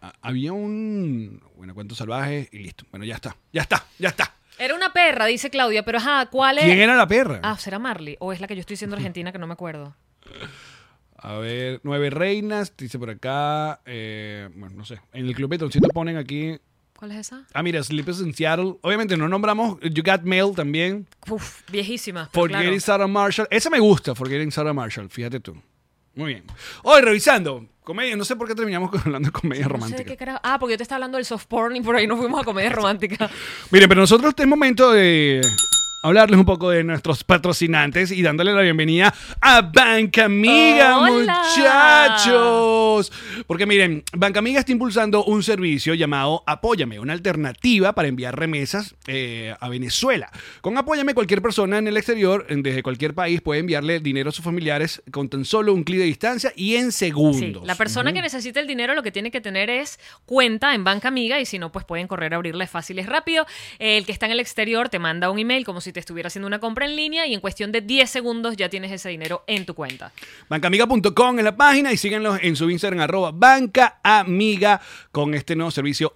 Ah, había un. Bueno, cuentos salvajes y listo. Bueno, ya está. Ya está, ya está.
Era una perra, dice Claudia, pero ajá, ¿cuál es?
¿Quién era la perra?
Ah, ¿será Marley? ¿O es la que yo estoy diciendo argentina que no me acuerdo?
A ver, Nueve Reinas, dice por acá. eh, bueno, no sé. En el Club Petroncito ponen aquí.
¿Cuál es esa?
Ah, mira, Sleepers in Seattle. Obviamente no nombramos You Got Mail también.
Uf, viejísima. pues, pero
Forgetting Sarah Marshall. Esa me gusta, Forgetting Sarah Marshall. Fíjate tú. Muy bien. Hoy revisando. Comedia. No sé por qué terminamos con- hablando de comedia
claro. No sé de
romántica.
qué carajo- Ah, porque yo te estaba hablando del soft porn y por ahí nos fuimos a comedia romántica.
Miren, pero nosotros es momento de hablarles un poco de nuestros patrocinantes y dándole la bienvenida a Banca Amiga,
Hola.
muchachos. Porque miren, Banca Amiga está impulsando un servicio llamado Apóyame, una alternativa para enviar remesas eh, a Venezuela. Con Apóyame, cualquier persona en el exterior, en- desde cualquier país, puede enviarle dinero a sus familiares con tan solo un clic de distancia y en
Sí,
segundos.
la persona que necesita el dinero lo que tiene que tener es cuenta en Banca Amiga y si no, pues pueden correr a abrirla es fácil, es rápido. El que está en el exterior te manda un email como si te estuviera haciendo una compra en línea y en cuestión de 10 segundos ya tienes ese dinero en tu cuenta.
Bancamiga.com es la página y síganlos en su Instagram, arroba Banca Amiga, con este nuevo servicio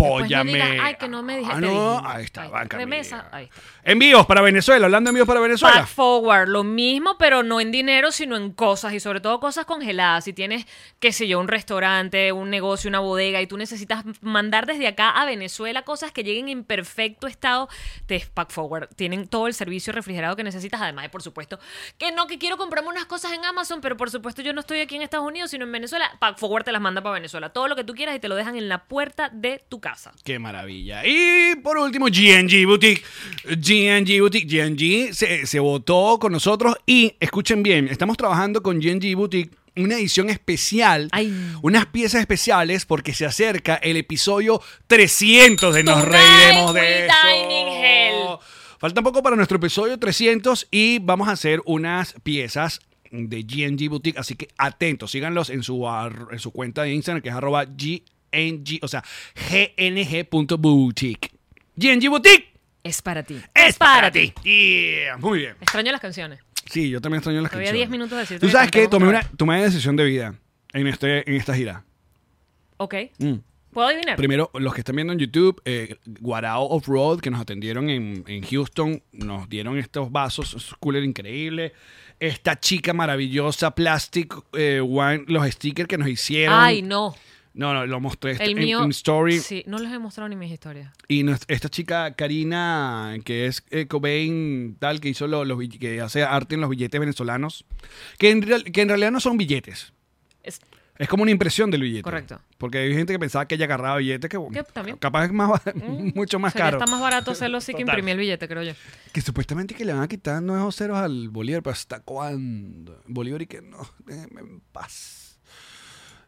Apóyame.
Después no digas, Pues "Ay, que no me dijiste,
Ah,
te
no,
dije".
ahí está,
Ahí está,
Banca
remesa,
Amiga.
ahí está.
Envíos para Venezuela, hablando de envíos para Venezuela.
Pack forward, lo mismo, pero no en dinero, sino en cosas y sobre todo cosas congeladas. Si tienes, qué sé yo, un restaurante, un negocio, una bodega y tú necesitas mandar desde acá a Venezuela cosas que lleguen en perfecto estado, te es pack forward. Tienen todo el servicio refrigerado que necesitas, además de, por supuesto, que no, que quiero comprarme unas cosas en Amazon, pero por supuesto yo no estoy aquí en Estados Unidos, sino en Venezuela. Pack forward te las manda para Venezuela. Todo lo que tú quieras y te lo dejan en la puerta de tu casa.
Qué maravilla. Y por último, GNG Boutique. GNG Boutique. GNG se, se votó con nosotros y escuchen bien, estamos trabajando con GNG Boutique una edición especial,
Ay.
unas piezas especiales porque se acerca el episodio 300 de Nos
Tonight
Reiremos
we
de
dine in
eso.
hell.
Falta poco para nuestro episodio 300 y vamos a hacer unas piezas de GNG Boutique. Así que atentos, síganlos en su, ar- en su cuenta de Instagram, que es arroba GNG, o sea, gng.boutique. GNG Boutique
Es para ti.
es para ti. Yeah, Muy bien.
Extraño las canciones.
Sí, yo también extraño las
Todavía
canciones.
10 minutos de decirte
Tú
que
sabes que
cantemos
tomé
otra
una, tomé una decisión de vida en, este, en esta gira.
Ok. ¿Puedo adivinar?
Mm. Primero, los que están viendo en YouTube, eh, Guarao Off-Road, que nos atendieron en, en Houston, nos dieron estos vasos, esos coolers increíbles. Esta chica maravillosa, Plastic eh, One, los stickers que nos hicieron.
Ay, no.
No, no, lo mostré
El
en,
mío.
en este, Story.
Sí, no los he mostrado ni mis historias.
Y nos- esta chica, Karina, que es eh, Cobain, tal, que hizo lo- los bill- que hace arte en los billetes venezolanos, que en, real- que en realidad no son billetes.
Es-
Es como una impresión del billete.
Correcto.
Porque hay gente que pensaba que ella agarraba billetes que,
Que también.
capaz es más, ba- mucho más
mm, O sea, ya
caro.
Está más barato hacerlo así que
Total.
imprimir el billete, creo yo.
Que supuestamente que le van a quitar nueve o ceros al Bolívar, pero ¿hasta cuándo? Bolívar y que no, déjenme en paz.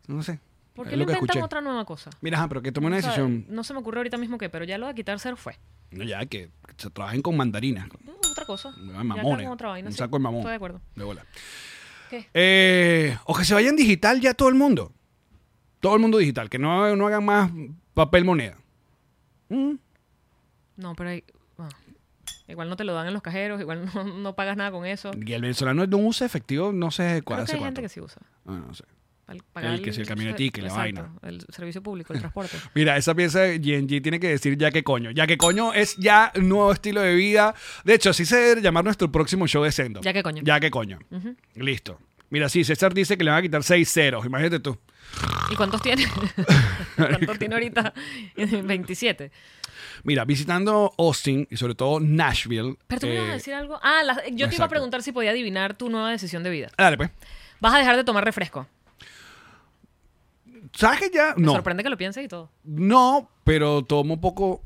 No sé.
¿Por
Es
qué
lo
le
que
inventan
escuché.
otra nueva cosa?
Mira, ajá, pero que tomé una
O sea,
decisión.
no se me ocurre ahorita mismo qué, pero ya lo de quitar cero fue.
No, ya, que se trabajen con mandarinas.
Mm, Otra cosa.
Me
Ya
van Ah, mamones.
con otra vaina,
un
sí.
saco de mamón.
Estoy de acuerdo.
De bola.
¿Qué?
Eh, o que se vayan digital ya todo el mundo. Todo el mundo digital. Que no, no hagan más papel moneda. Mm.
No, pero hay- bueno, igual no te lo dan en los cajeros, igual no, no pagas nada con eso.
Y el venezolano no usa efectivo, no sé
Creo
cuál
que hay
hace
gente
cuánto.
que sí usa.
Ah, no sé.
Para pagar
El que si el
ser-
camionetique, la
exacto,
vaina.
El servicio público, el transporte.
Mira, esa pieza de GNG tiene que decir ya que coño. Ya que coño es ya un nuevo estilo de vida. De hecho, así se debe llamar nuestro próximo show de Sendo.
Ya que coño.
Ya que coño. Listo. Mira, sí, César dice que le van a quitar seis ceros. Imagínate tú.
¿Y cuántos tiene? ¿Cuántos tiene ahorita? 27.
Mira, visitando Austin y sobre todo Nashville.
Pero tú me ibas
eh,
a decir algo. Ah, la- yo te iba
exacto.
a preguntar si podía adivinar tu nueva decisión de vida.
Dale, pues.
Vas a dejar de tomar refresco.
¿Sabes que ya?
Me
No.
sorprende que lo pienses y todo.
No, pero tomo un poco.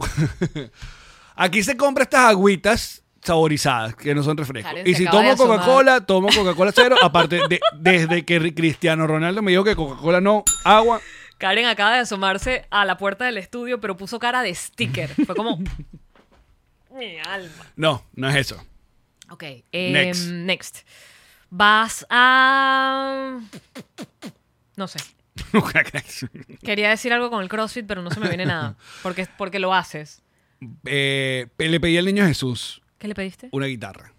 Aquí se compra estas agüitas saborizadas que no son refrescos.
Karen
y
se
si
acaba
tomo
de asomar.
Coca-Cola, tomo Coca-Cola cero. Aparte, de- desde que Ri- Cristiano Ronaldo me dijo que Coca-Cola no, agua.
Karen acaba de asomarse a la puerta del estudio, pero puso cara de sticker. Fue como. Mi alma.
No, no es eso.
Ok. em,
Next.
next. Vas a. No sé. Quería decir algo con el CrossFit, pero no se me viene nada. Porque, porque lo haces.
Eh, le pedí al niño Jesús
¿Qué le pediste?
una guitarra.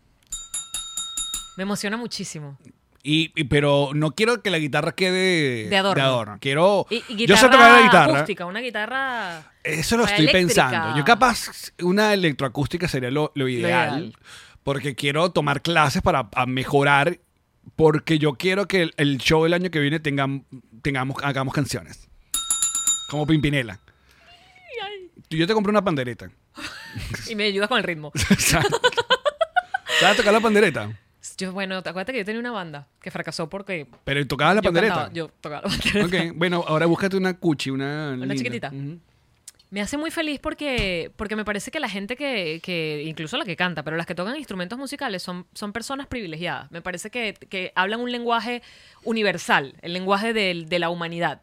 Me emociona muchísimo.
Y, y- pero no quiero que la guitarra quede
De adorno.
Quiero.
Y, y
yo sé tocar la guitarra.
acústica, una guitarra.
Eso lo
Para
estoy
eléctrica.
pensando. Yo capaz una electroacústica sería lo, lo ideal,
ideal.
porque quiero tomar clases para a mejorar, porque yo quiero que el, el show del año que viene tengam- tengamos, hagamos canciones. Como Pimpinela. Yo te compré una pandereta.
Y me ayudas con el ritmo.
Exacto. ¿Sabes tocar la pandereta?
Yo, bueno, te acuerdas que yo tenía una banda que fracasó porque.
Pero tocabas Ah, la
yo
pandereta.
cantaba, yo tocaba la pandereta.
Ok, bueno, ahora búscate una cuchi, una. linda.
chiquitita.
Ujú.
Me hace muy feliz porque, porque me parece que la gente que, que, incluso la que canta, pero las que tocan instrumentos musicales son, son personas privilegiadas. Me parece que, que hablan un lenguaje universal, el lenguaje del- de la humanidad.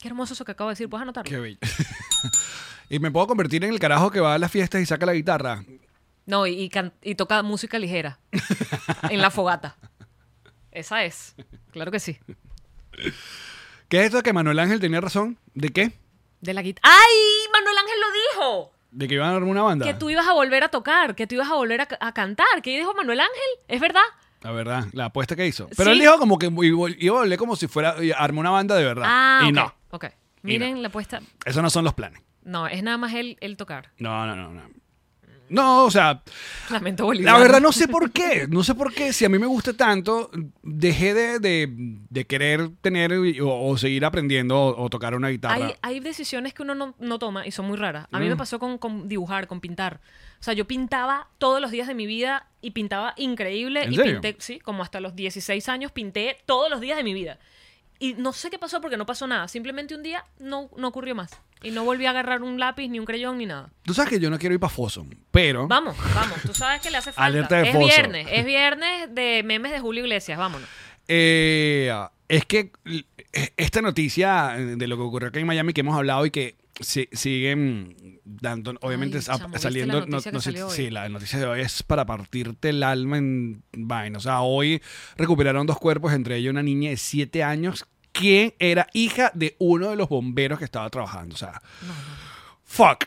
Qué hermoso eso que acabo de decir, puedes anotarlo.
Qué bello. y me puedo convertir en el carajo que va a las fiestas y saca la guitarra.
No, y, y can- y toca música ligera en la fogata. Esa es, claro que sí.
¿Qué es esto de que Manuel Ángel tenía razón? ¿De qué?
De la guitarra. ¡Ay! Manuel Ángel lo dijo.
¿De que iban a armar una banda?
Que tú ibas a volver a tocar, que tú ibas a volver a, ca- a cantar. ¿Qué dijo Manuel Ángel? ¿Es verdad?
La verdad, la apuesta que hizo. Pero
Sí.
él dijo como que muy- vol- iba a volver como si fuera, armó una banda de verdad.
Ah,
y
ok,
no,
ok.
Y
Miren
no.
la apuesta.
esos no son los planes.
No, es nada más él, él tocar.
No, no, no, no. No, o sea,
Lamento Bolívar.
la verdad no sé por qué. No sé por qué. Si a mí me gusta tanto, dejé de, de- de querer tener y- o, o seguir aprendiendo o, o tocar una guitarra.
Hay, hay decisiones que uno no, no toma y son muy raras. A mí
Mm.
me pasó con, con dibujar, con pintar. O sea, yo pintaba todos los días de mi vida y pintaba increíble.
¿En
y
serio?
pinté, sí, como hasta los 16 años pinté todos los días de mi vida. Y no sé qué pasó porque no pasó nada. Simplemente un día no, no ocurrió más. Y no volví a agarrar un lápiz, ni un creyón, ni nada.
Tú sabes que yo no quiero ir para Fosom, pero...
Vamos, vamos. Tú sabes que le hace falta.
Alerta de
es
foso.
viernes, es viernes de memes de Julio Iglesias. Vámonos.
Eh, es que l- esta noticia de lo que ocurrió acá en Miami que hemos hablado y que si- siguen dando, obviamente
Ay,
sa-
chamo, ¿viste
saliendo.
la noticia que
sé-
salió hoy?
sí, la noticia de hoy es para partirte el alma en vaina. O sea, hoy recuperaron dos cuerpos, entre ellos una niña de 7 años, que era hija de uno de los bomberos que estaba trabajando. O sea, fuck.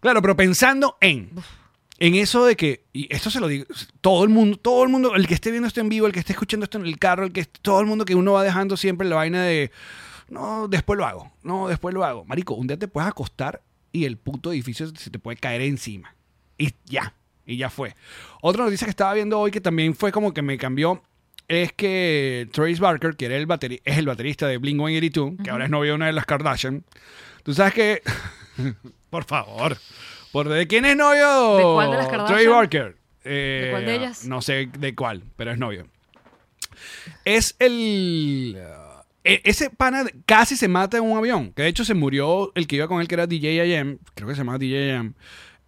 Claro, pero pensando en. En eso de que, y esto se lo digo, todo el mundo, todo el mundo, el que esté viendo esto en vivo, el que esté escuchando esto en el carro, el que todo el mundo que uno va dejando siempre la vaina de, no, después lo hago, no, después lo hago. Marico, un día te puedes acostar y el puto edificio se te puede caer encima. Y ya, y ya fue. Otra noticia que estaba viendo hoy que también fue como que me cambió es que Trace Barker, que era el bateri- es el baterista de Blink-182, que ahora es novio de una de las Kardashian, tú sabes que... por favor. ¿Por de quién es novio?
¿De cuál de las
Trace
Kardashian?
Barker. Eh,
¿De cuál de ellas?
No sé de cuál, pero es novio. Es el... e- Ese pana casi se mata en un avión. Que de hecho se murió el que iba con él, que era DJ IM. Creo que se llamaba DJ IM.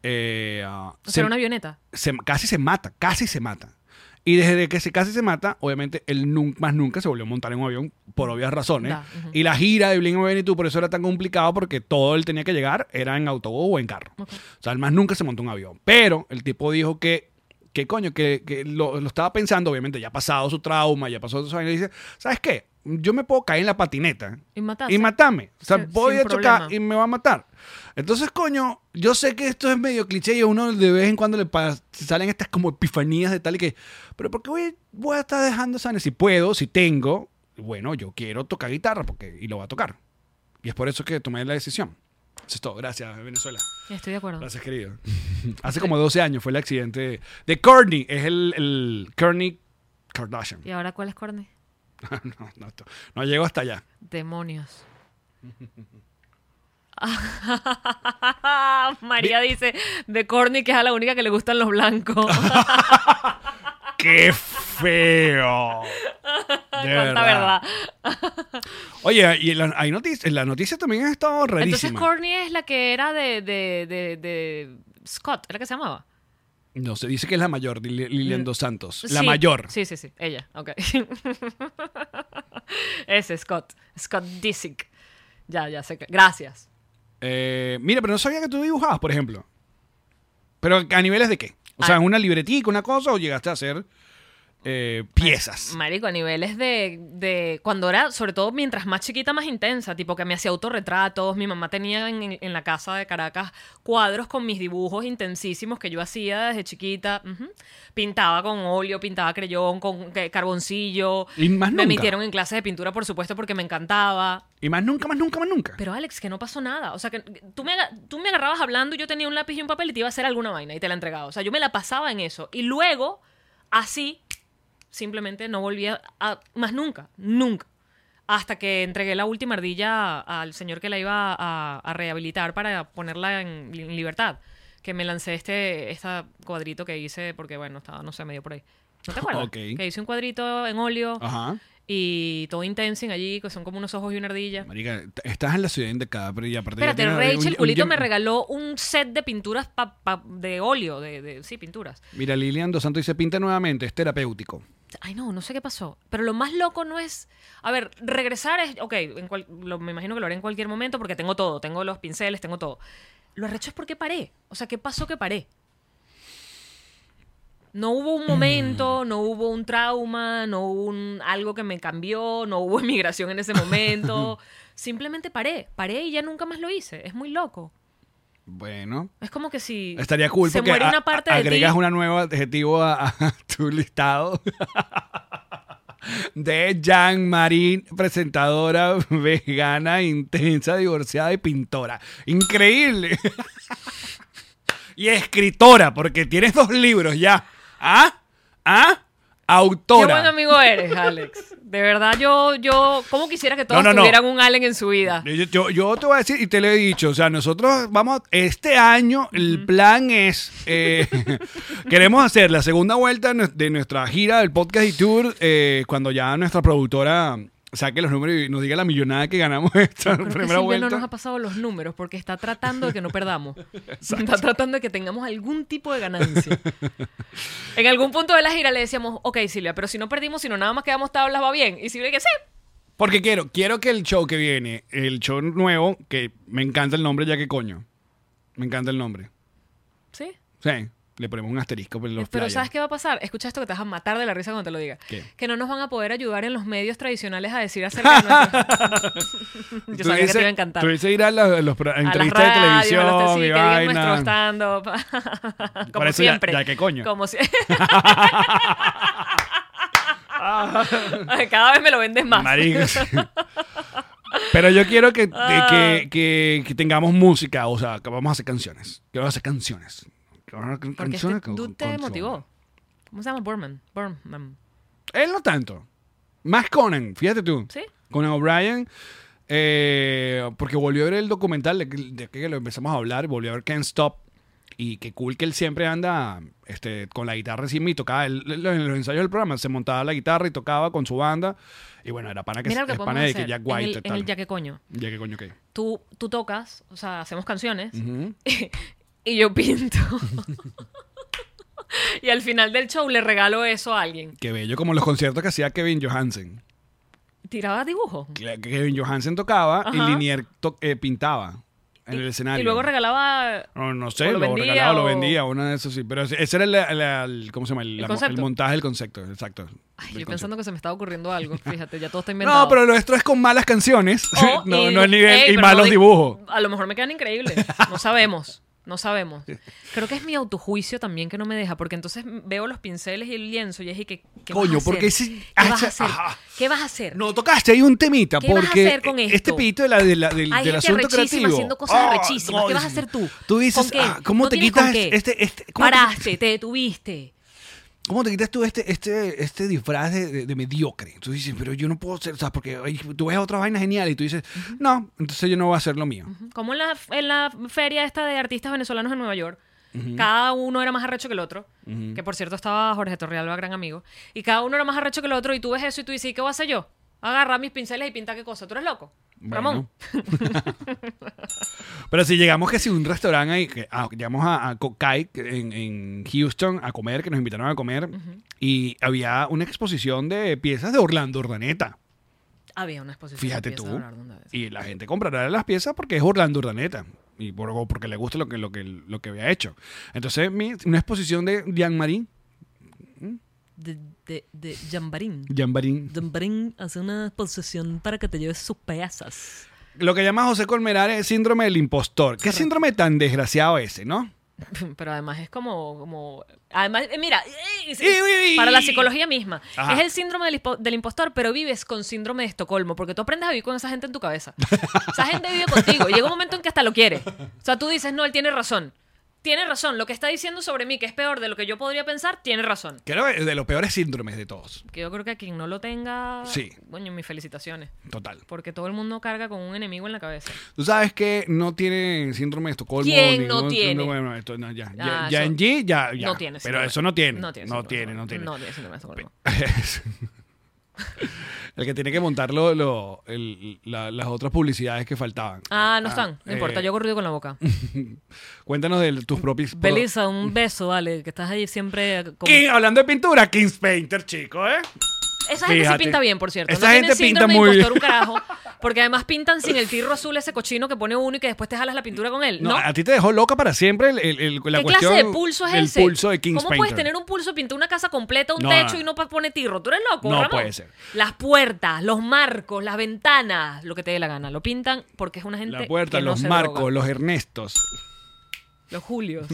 Eh, ah,
O
se-
sea, una avioneta.
se- casi se mata, casi se mata. Y desde que se casi se mata, obviamente él nun- más nunca se volvió a montar en un avión por obvias razones.
Da, ujú.
Y la gira de Blink-182 por eso era tan complicado porque todo él tenía que llegar era en autobús o en carro. O sea, él más nunca se montó en un avión. Pero el tipo dijo que que coño, que, que lo, lo estaba pensando, obviamente ya ha pasado su trauma, ya pasó su vaina y dice, ¿sabes qué? Yo me puedo caer en la patineta
Y matarse.
y matarme. O sea,
Sin-
voy
sin
a chocar
problema.
y me va a matar. Entonces, coño, yo sé que esto es medio cliché y a uno de vez en cuando le pas- salen estas como epifanías de tal y que, pero ¿por qué voy, voy a estar dejando esa vaina? Si puedo, si tengo, bueno, yo quiero tocar guitarra porque, y lo voy a tocar. Y es por eso que tomé la decisión. Eso es todo. Gracias, Venezuela.
Estoy de acuerdo.
Gracias, querido. Hace como 12 años fue el accidente de, de Kourtney. Es el, el Kourtney Kardashian.
¿Y ahora cuál es Corny?
no, no, no llego hasta allá.
Demonios. María dice de Corny que es a la única que le gustan los blancos.
¡Qué feo! De
Cuánta verdad.
Oye, y la, hay noticias, la noticia también ha estado
Entonces
rarísima.
Corny es la que era de, de, de, de Scott, ¿era que se llamaba?
no, se dice que es la mayor, Lil- Lilian Dos Santos. La
Mm. Sí.
mayor.
Sí, sí, sí, ella, ok. Ese, Scott. Scott Disick. Ya, ya sé que. Gracias.
Eh, mira, pero no sabía que tú dibujabas, por ejemplo. Pero a niveles de qué? O
Ah.
sea, en una libretica, una cosa, o llegaste a hacer eh, piezas.
Marico, a niveles de, de- Cuando era, sobre todo mientras más chiquita, más intensa. Tipo que me hacía autorretratos. Mi mamá tenía en, en la casa de Caracas cuadros con mis dibujos intensísimos que yo hacía desde chiquita. Ujú. Pintaba con óleo, pintaba creyón, con eh, carboncillo.
Y más nunca.
Me metieron en clases de pintura, por supuesto, porque me encantaba.
Y más nunca, más nunca, más nunca.
Pero Alex, que no pasó nada. O sea, que que tú me, aga- tú me agarrabas hablando y yo tenía un lápiz y un papel y te iba a hacer alguna vaina y te la entregaba. O sea, yo me la pasaba en eso. Y luego, así, simplemente no volvía a... Más nunca, nunca. Hasta que entregué la última ardilla al señor que la iba a, a rehabilitar para ponerla en, en libertad. Que me lancé este, esta cuadrito que hice porque, bueno, estaba, no sé, medio por ahí. ¿No te acuerdas?
Ok. Ah.
Que hice un cuadrito en óleo
Ajá.
y todo intensing allí, que son como unos ojos y una ardilla.
Marica, t- estás en la ciudad indicada, pero ya aparte ya
Espérate,
tienes un-
Rachel
un-
Culito
un-
me regaló un set de pinturas pa- pa- de óleo, de, de- sí, pinturas.
Mira, Lilian Dos Santos dice, pinta nuevamente, es terapéutico.
Ay, no, no sé qué pasó. Pero lo más loco no es. A ver, regresar es. Ok, en cual- lo- me imagino que lo haré en cualquier momento porque tengo todo. Tengo los pinceles, tengo todo. Lo arrecho es porque paré. O sea, ¿qué pasó que paré? No hubo un
Mm.
momento, no hubo un trauma, no hubo un- algo que me cambió, no hubo inmigración en ese momento. Simplemente paré. Paré y ya nunca más lo hice. Es muy loco.
Bueno.
Es como que si
Estaría cool
se
porque
muere
a-
una parte
a-
de
agregas
ti,
un nuevo adjetivo a, a tu listado. De Jean Marín, presentadora vegana, intensa, divorciada y pintora. Increíble. Y escritora, porque tienes dos libros ya. ¿Ah? ¿Ah?
Qué
Autora.
buen amigo eres, Alex. De verdad, yo, yo, ¿cómo quisiera que todos
No, no, no.
tuvieran un Alex en su vida?
Yo, yo- yo te voy a decir y te lo he dicho, o sea, nosotros vamos, este año el plan es, eh, queremos hacer la segunda vuelta nu- de nuestra gira del podcast y tour eh, cuando ya nuestra productora saque los números y nos diga la millonada que ganamos esta
Creo que
primera
Silvia
vuelta.
no nos ha pasado los números porque está tratando de que no perdamos. Está tratando de que tengamos algún tipo de ganancia. en algún punto de la gira le decíamos, ok, Silvia, pero si no perdimos, si no nada más quedamos tablas, va bien. Y Silvia que sí,
Porque quiero, quiero que el show que viene, el show nuevo, que me encanta el nombre, ya que coño. Me encanta el nombre.
¿Sí?
Sí, le ponemos un asterisco por los
Eh, Pero
flyers.
¿sabes qué va a pasar? Escucha esto que te vas a matar de la risa cuando te lo diga.
¿Qué?
Que no nos van a poder ayudar en los medios tradicionales a decir acerca de nuestro... Yo
Tú
sabía que
dices-
te iba a encantar.
Tú dices ir a las, los pro-
A las
entrevistas de
radios, a las
televisión
tele- sí,
y
que digan nuestro
vaina.
stand-up.
Por
Como
eso ya-
siempre.
ya, ¿qué coño?
Como si- Ay, Cada vez me lo vendes más.
Marico, sí. Pero yo quiero que, que, que- que tengamos música, o sea, que vamos a hacer canciones. Que vamos a hacer canciones. Que vamos a hacer
Porque
canciones
este
con-
dude te
con-
motivó. ¿Cómo se llama? Borman. Borman.
Él no tanto. Más Conan, fíjate tú.
Sí.
Conan O'Brien. eh, porque volvió a ver el documental de, que- de que lo empezamos a hablar, volvió a ver Can't Stop. Y qué cool que él siempre anda este, con la guitarra encima y tocaba. él- él- en los ensayos del programa se montaba la guitarra y tocaba con su banda. Y bueno, era pana que,
Mira lo que
es
podemos
pana de que
hacer.
Jack
en
White
el,
y
en
tal.
el ya que coño.
Ya que coño qué.
Tú, tú tocas, o sea, hacemos canciones
Ujú.
y yo pinto. y al final del show le regalo eso a alguien.
Qué bello, como los conciertos que hacía Kevin Johansen.
Tiraba dibujo.
Que- que Kevin Johansen tocaba
Ajá.
y Linier to- eh, pintaba en el escenario.
Y luego regalaba
No, no
O
sé,
lo
lo,
vendía,
regalaba, lo
o-
vendía, una de esas sí. Pero ese ese era el, el- el- ¿cómo se llama? El, la-
concepto.
el montaje del concepto, exacto.
Ay,
del
yo
concepto.
pensando que se me estaba ocurriendo algo, fíjate, ya todo está inventado.
No, pero lo nuestro es con malas canciones.
O-
no,
y-
no es nivel.
ey,
y
pero
malos
no di-
dibujos.
A lo mejor me quedan increíbles, no sabemos, no sabemos. Creo que es mi autojuicio también que no me deja, porque entonces veo los pinceles y el lienzo y es y que, ¿qué
Coño,
vas a hacer?
porque si-
¿Qué vas
hacha-
a hacer?
ajá.
¿Qué vas a hacer?
No tocaste ahí un temita
¿Qué vas a
porque
hacer con
este
esto?
pito de la, de la- del,
Hay
del
gente
asunto
arrechísima
creativo.
haciendo cosas
Ah,
arrechísimas. ¿Qué vas a
Dios
hacer tú?
Tú dices,
¿Con qué?
ah, ¿cómo
¿No
te
tienes
quitas
con qué?
este, este- cómo te-
Paraste, te detuviste.
¿Cómo te quitas tú este, este, este disfraz de, de- de mediocre? Tú dices, pero yo no puedo ser, o sea, porque ay, tú ves otra vaina genial y tú dices, no, entonces yo no voy a hacer lo mío.
Como en la, en la feria esta de artistas venezolanos en Nueva York. Cada uno era más arrecho que el otro. Que por cierto estaba Jorge Torrealba, gran amigo. Y cada uno era más arrecho que el otro. Y tú ves eso y tú dices, ¿y qué voy a hacer yo? Agarrar mis pinceles y pintar qué cosa. ¿Tú eres loco? Ramón.
Pero si llegamos que si un restaurante ahí, que, ah, llegamos a, a Cocay que en, en Houston a comer, que nos invitaron a comer, y había una exposición de piezas de Orlando Urdaneta.
Había una exposición.
Fíjate
de
tú.
piezas de Leonardo da Vinci.
Y la gente comprará las piezas porque es Orlando Urdaneta. Y por, o porque le gusta lo que, lo que, lo que había hecho. Entonces, mi- una exposición de Jean Marín.
De, de, de Jambarín.
Jean Marín.
Jambarín hace una exposición para que te lleves sus piezas.
Lo que llama José Colmenar es síndrome del impostor. ¿Qué síndrome tan desgraciado ese, no?
Pero además es como. como además, eh, mira, eh, es-
Ey, ey, ey.
para la psicología misma.
Ajá.
Es el síndrome del, ispo- del impostor, pero vives con síndrome de Estocolmo, porque tú aprendes a vivir con esa gente en tu cabeza. esa gente vive contigo. Y llega un momento en que hasta lo quiere. O sea, tú dices, no, él tiene razón. Tiene razón. Lo que está diciendo sobre mí, que es peor de lo que yo podría pensar, tiene razón.
Creo que es de los peores síndromes de todos.
Que yo creo que a quien no lo tenga.
Sí.
Bueno, mis felicitaciones.
Total.
Porque todo el mundo carga con un enemigo en la cabeza.
Tú sabes que no tiene síndrome de Estocolmo.
¿Quién no
ningún-
tiene?
no, bueno, esto no, ya.
Ah,
ya, ya
eso-
en G, ya, ya.
No tiene.
Pero
síndrome.
eso no tiene.
No tiene.
No
síndrome.
tiene, no tiene.
No tiene síndrome de Estocolmo.
El que tiene que montar lo- lo- el- la- las otras publicidades que faltaban.
Ah, no están. No
eh,
importa, yo hago ruido con la boca.
Cuéntanos de tus propios.
Belisa, un beso, vale, que estás ahí siempre como...
King- hablando de pintura, Kings Painter, chico, ¿eh?
Esa gente
Fíjate.
sí pinta bien, por cierto.
Esa
no
gente
tienen
pinta
síndrome de
muy bien.
impostor un carajo, porque además pintan sin el tirro azul ese cochino que pone uno y que después te jalas la pintura con él,
No,
¿no?
a ti te dejó loca para siempre el, el- el- la
¿Qué
cuestión.
clase de pulso es
el
ese?
pulso de Kings
¿Cómo
Painter.
puedes tener un pulso, pintar una casa completa, un
No,
techo
no.
y no pa- pone tirro? ¿Tú eres loco,
No
Ramón?
puede ser.
Las puertas, los marcos, las ventanas, lo que te dé la gana. Lo pintan porque es una gente
La puerta,
que no
los
se
marcos,
droga.
los Ernestos.
Los julios.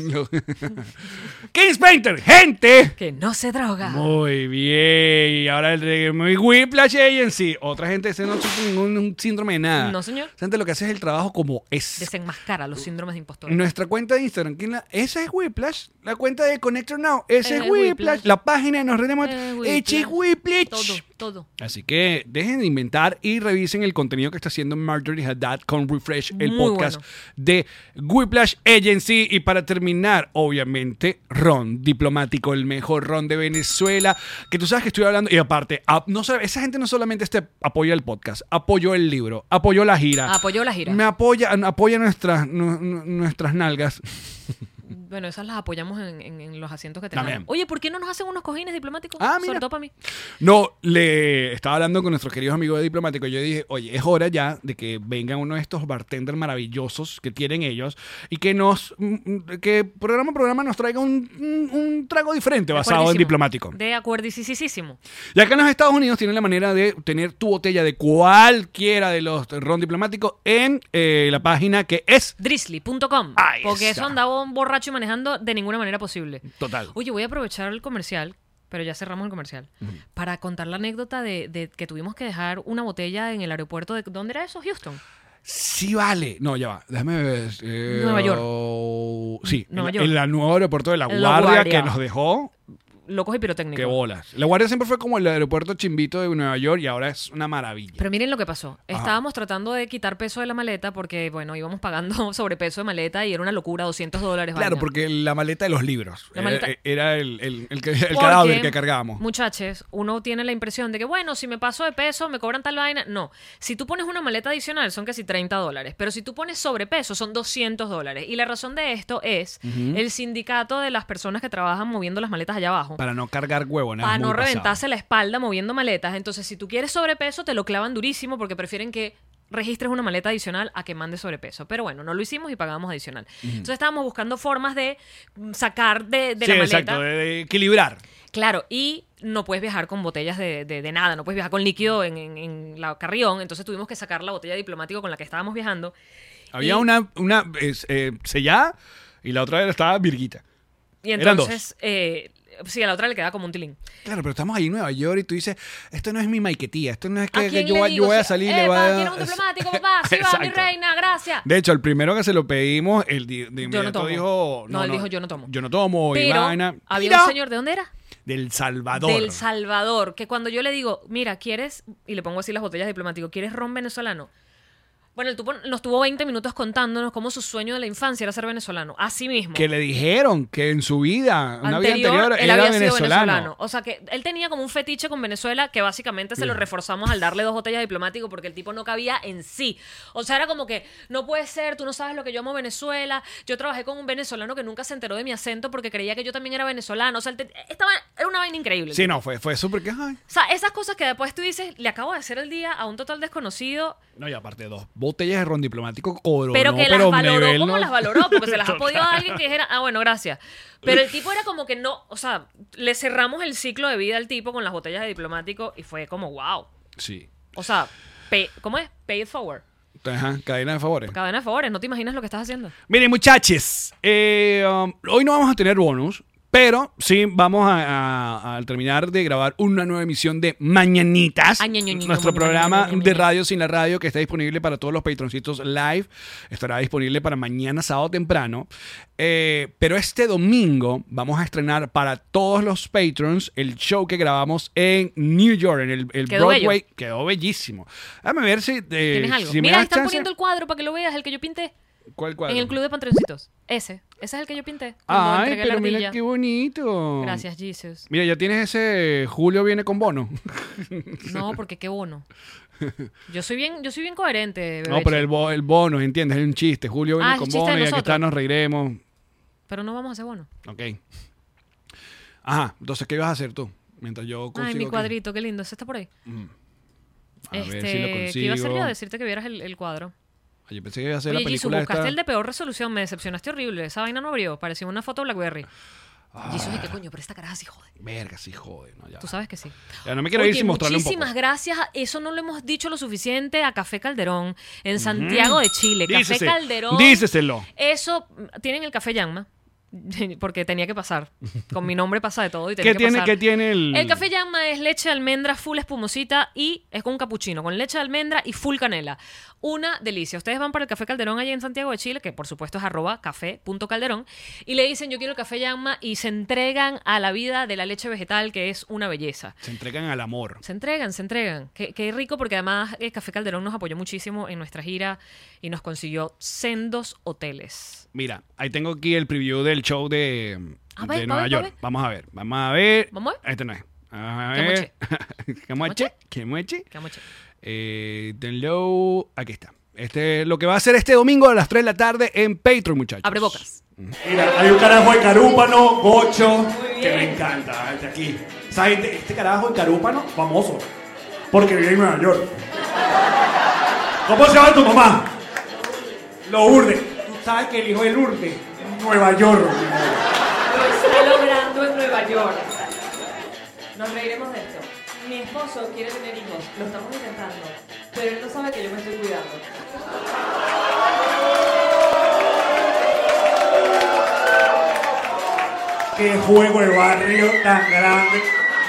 Kings Painter, gente.
que no se droga.
Muy bien. Y ahora el reggae muy Whiplash Agency. Otra gente ese no sufre ningún un síndrome de nada.
No, señor.
Esa gente lo que hace es el trabajo como es.
Desenmascara los síndromes de impostor.
Nuestra cuenta de Instagram, ¿quién la- esa es Whiplash. La cuenta de Connector Now, esa
Eh,
es
es
Whiplash.
Whiplash.
La página de Nos Reiremos,
Eh,
esa es Whiplash.
Todo, todo.
Así que dejen de inventar y revisen el contenido que está haciendo Marjorie Haddad con Refresh, el
Muy
podcast de Whiplash Agency. Y para terminar, obviamente, Ron Diplomático, el mejor Ron de Venezuela. Que tú sabes que estoy hablando. Y aparte, a- no sabe- esa gente no solamente este, apoya el podcast, apoyó el libro, apoyó
Ah,
la gira.
Apoyó la gira.
Me apoya, apoya nuestras, nu- nu- nuestras nalgas.
bueno, esas las apoyamos en, en- en los asientos que tengamos.
También.
Oye, ¿por qué no nos hacen unos cojines diplomáticos?
Ah, mira.
Sobre todo para mí.
No, le estaba hablando con nuestros queridos amigos de diplomático. Yo dije, oye, es hora ya de que vengan uno de estos bartenders maravillosos que tienen ellos y que nos, mm, mm, que programa a programa nos traiga un, un- un trago diferente basado en
Acuerdísimo.
diplomático.
De acuerdisisísimo.
Y acá en los Estados Unidos tienen la manera de tener tu botella de cualquiera de los ron diplomáticos en eh, la página que es
Drizzly.com.
Ahí
Porque
está.
eso andaba un borracho y manejando de ninguna manera posible.
total.
Oye, voy a aprovechar el comercial, pero ya cerramos el comercial, para contar la anécdota de, de que tuvimos que dejar una botella en el aeropuerto de... ¿Dónde era eso? Houston.
Sí vale. No, ya va. Déjame ver. eh,
Nueva York.
oh, Sí,
Nueva
en-
York.
en el nuevo aeropuerto de La
En La
Guardia,
Guardia.
que nos dejó.
Locos y pirotécnicos.
Qué bolas. La Guardia siempre fue como el aeropuerto chimbito de Nueva York y ahora es una maravilla.
Pero miren lo que pasó. Estábamos tratando de quitar peso de la maleta porque, bueno, íbamos pagando sobrepeso de maleta y era una locura, 200 dólares.
claro,
vaina.
porque la maleta de los libros
La
eh,
maleta-
eh, era, el, el, el que- el
Porque,
cadáver que cargábamos.
Muchachos, uno tiene la impresión de que, bueno, si me paso de peso, me cobran tal vaina. No. Si tú pones una maleta adicional, son casi 30 dólares. Pero si tú pones sobrepeso, son 200 dólares. Y la razón de esto es el sindicato de las personas que trabajan moviendo las maletas allá abajo. Para
Para no cargar huevo, nada. es
no
muy pesado.
reventarse la espalda moviendo maletas. Entonces, si tú quieres sobrepeso, te lo clavan durísimo porque prefieren que registres una maleta adicional a que mandes sobrepeso. Pero bueno, no lo hicimos y pagamos adicional. Entonces estábamos buscando formas de mm, sacar de, de
sí,
la maleta.
exacto, de, de equilibrar.
Claro, y no puedes viajar con botellas de, de- de nada, no puedes viajar con líquido en, en- en la carrión, entonces tuvimos que sacar la botella diplomática con la que estábamos viajando.
Había
Y-
una, una eh, eh, sellada y la otra estaba virguita.
Y
Eran dos.
entonces, eh, sí, a la otra le quedaba como un tilín.
Claro, pero estamos ahí en Nueva York y tú dices, esto no es mi maiquetía, esto no es que,
¿A
que
quién
yo,
le
voy- yo
digo?
voy a
O sea,
salir y le
"Epa,
voy a...
quiero un diplomático, papá, sí va, mi
Exacto.
reina, gracias.
De hecho, el primero que se lo pedimos, el di- de inmediato
tomo.
dijo...
No, él dijo, "Yo no tomo".
Yo no tomo, y
Pero
vaina.
había
Mira,
un señor, ¿de dónde era?
Del Salvador.
Del Salvador, que cuando yo le digo, mira, ¿quieres? Y le pongo así las botellas diplomáticas, ¿quieres ron venezolano? Bueno, el tipo nos tuvo 20 minutos contándonos cómo su sueño de la infancia era ser venezolano. Así mismo.
que le dijeron que en su vida, una vida
anterior,
anterior,
él
era
había sido
venezolano.
O sea que él tenía como un fetiche con Venezuela que básicamente
Mm.
se lo reforzamos al darle dos botellas diplomáticas porque el tipo no cabía en sí. O sea, era como que no puede ser, tú no sabes lo que yo amo Venezuela. Yo trabajé con un venezolano que nunca se enteró de mi acento porque creía que yo también era venezolano. O sea, él te- estaba, era una vaina increíble.
Sí, no, fue, fue súper que... ay.
O sea, esas cosas que después tú dices, le acabo de hacer el día a un total desconocido,
No, y aparte dos botellas de ron diplomático coronó,
pero que las
pero
valoró
nivel
como
no-
las valoró, porque se las ha podido a alguien que dijera, ah, bueno, gracias. Pero el tipo era como que no, o sea, le cerramos el ciclo de vida al tipo con las botellas de diplomático y fue como, wow.
Sí.
O sea, pay- ¿cómo es? Pay it forward.
Ajá, cadena de favores.
Cadena de favores, no te imaginas lo que estás haciendo.
Miren, muchachos, eh, um, hoy no vamos a tener bonus, pero sí vamos a, a- a terminar de grabar una nueva emisión de Mañanitas,
Ay, ño, ño, ño,
nuestro
ño, ño,
programa
ño, ño, ño,
de
ño.
radio sin la radio que está disponible para todos los patroncitos live, estará disponible para mañana sábado temprano, Eh, pero este domingo vamos a estrenar para todos los patrons el show que grabamos en New York, en el, el
Quedó
Broadway, quedó bellísimo. Déjame ver si, eh,
¿Tienes algo?
si me
Mira,
das
están
chance.
poniendo el cuadro para que lo veas, el que yo pinté.
¿Cuál cuadro?
En el club de patroncitos. Ese. Ese es el que yo pinté. cuando
Ay,
entregué la
pero mira
ardilla.
qué bonito.
Gracias, Jesus.
Mira, ya tienes ese Julio viene con bono.
No, porque qué bono. Yo soy bien, yo soy bien coherente,
No, pero
bebeche.
el, bo- el bono, ¿entiendes? Es un chiste. Julio viene
Ah, es
con
un chiste
bono
de
y aquí está,
nosotros.
nos reiremos.
Pero no vamos a hacer bono.
Ok. Ajá, entonces, ¿qué ibas a hacer tú? Mientras yo consigo.
Ay, mi
aquí.
cuadrito, qué lindo. Ese está por ahí.
A
este,
ver si lo
¿Qué iba a hacer
consigo.
yo? Decirte que vieras el, el cuadro.
Oye, pensé que iba a hacer
Oye,
la
Jisoo,
película
buscaste
esta.
el de peor resolución. Me decepcionaste horrible. Esa vaina no abrió. Parecía una foto Blackberry. Jisoo, ¿y qué coño? Pero esta caraja sí jode.
Verga, sí, joder. No, ya.
Tú sabes que sí.
Ya, no me quiero ir
Oye,
sin mostrarle un poco.
Muchísimas gracias. Eso no lo hemos dicho lo suficiente a Café Calderón en Santiago de Chile.
Dícese,
Café Calderón.
díceselo.
Eso mm, tienen el Café Llama. Porque tenía que pasar. Con mi nombre pasa de todo. Y tenía
¿Qué
que
tiene,
pasar.
¿Qué tiene el.?
El café llama es leche de almendra full espumosita y es con un capuchino, con leche de almendra y full canela. Una delicia. Ustedes van para el Café Calderón allá en Santiago de Chile, que por supuesto es arroba café.calderón, y le dicen yo quiero el café llama y se entregan a la vida de la leche vegetal, que es una belleza.
Se entregan al amor.
Se entregan, se entregan. Qué, qué rico porque además el Café Calderón nos apoyó muchísimo en nuestra gira y nos consiguió sendos hoteles.
Mira, ahí tengo aquí el preview del show de,
A
de
ver, pa'
Nueva
ver, pa'
York.
ver.
Vamos a ver, vamos a ver.
¿Vamos a ver?
Este no es. A
¿Qué
ver. ¿Qué moche? ¿Qué moche?
Qué moche.
Eh, Download. Aquí está. Este, lo que va a ser este domingo a las 3 de la tarde en Patreon, muchachos.
Abre bocas.
Mira, hay un carajo de Carúpano, Gocho, que me encanta, el de aquí. O sea, este, este carajo de Carúpano, famoso, porque vive en Nueva York. ¿Cómo se llama tu mamá? Lourdes. Tú sabes que el hijo de Lourdes, en Nueva York.
Lo está logrando en Nueva York. Nos reiremos de esto. Mi esposo quiere tener hijos, lo estamos intentando, pero él no sabe que yo me estoy cuidando.
Qué juego de barrio tan grande.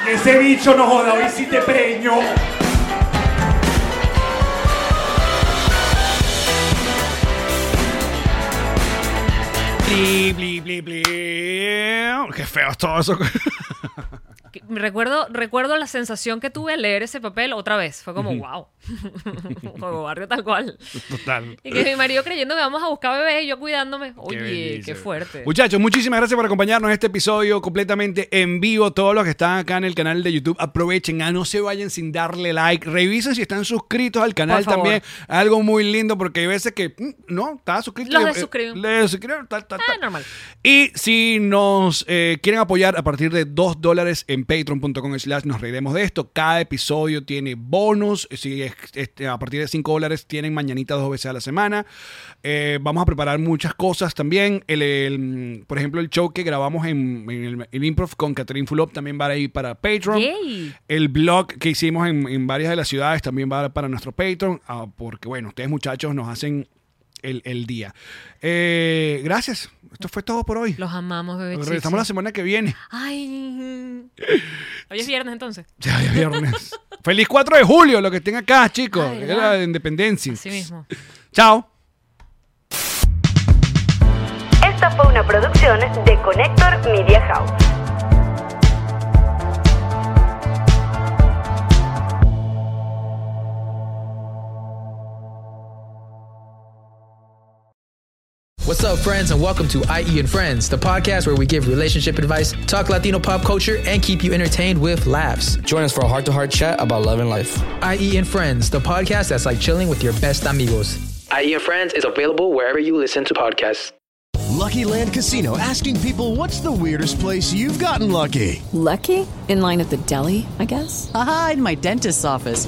Y ese bicho no joda, hoy sí te preñó.
Bli, bli, bli, bli. Qué feo es todo eso.
Que- Recuerdo, recuerdo la sensación que tuve al leer ese papel otra vez. Fue como, wow. Juego barrio tal cual.
Total.
Y que mi marido creyendo que vamos a buscar bebés y yo cuidándome. Oye, qué,
belleza.
fuerte.
Muchachos, muchísimas gracias por acompañarnos en este episodio completamente en vivo. Todos los que están acá en el canal de YouTube, aprovechen, ah, no se vayan sin darle like. Revisen si están suscritos al canal
Por favor.
también. Algo muy lindo porque hay veces que mm, no, estaba suscrito.
Los
le-
desuscriben.
le desuscriben, tal, tal,
Ah,
tal.
normal.
Y si nos eh, quieren apoyar a partir de 2 dólares en patreon.com slash nos reiremos de esto. Cada episodio tiene bonus. Si es- este, a partir de 5 dólares tienen mañanita dos veces a la semana. Eh, vamos a preparar muchas cosas también. El, el, mm, por ejemplo, el show que grabamos en, en el, el improv con Catherine Fulop también va a ir para Patreon.
Yay.
El blog que hicimos en, en varias de las ciudades también va para nuestro Patreon, ah, porque bueno, ustedes muchachos nos hacen el, el día. Eh, gracias, esto fue todo por hoy.
Los amamos, bebés.
Regresamos la semana que viene.
Ay. Hoy es viernes entonces.
Ya, ya viernes. Feliz 4 de julio, lo que estén acá, chicos.
Ah, ¿verdad?
Era de independencia.
Así mismo.
Chao.
Esta fue una producción de Connector Media House.
What's up, friends, and welcome to IE and Friends, the podcast where we give relationship advice, talk Latino pop culture, and keep you entertained with laughs.
Join us for a heart to heart chat about love and life.
IE and Friends, the podcast that's like chilling with your best amigos.
IE and Friends is available wherever you listen to podcasts.
Lucky Land Casino asking people what's the weirdest place you've gotten lucky?
Lucky? In line at the deli, I guess?
Ajá, in my dentist's office.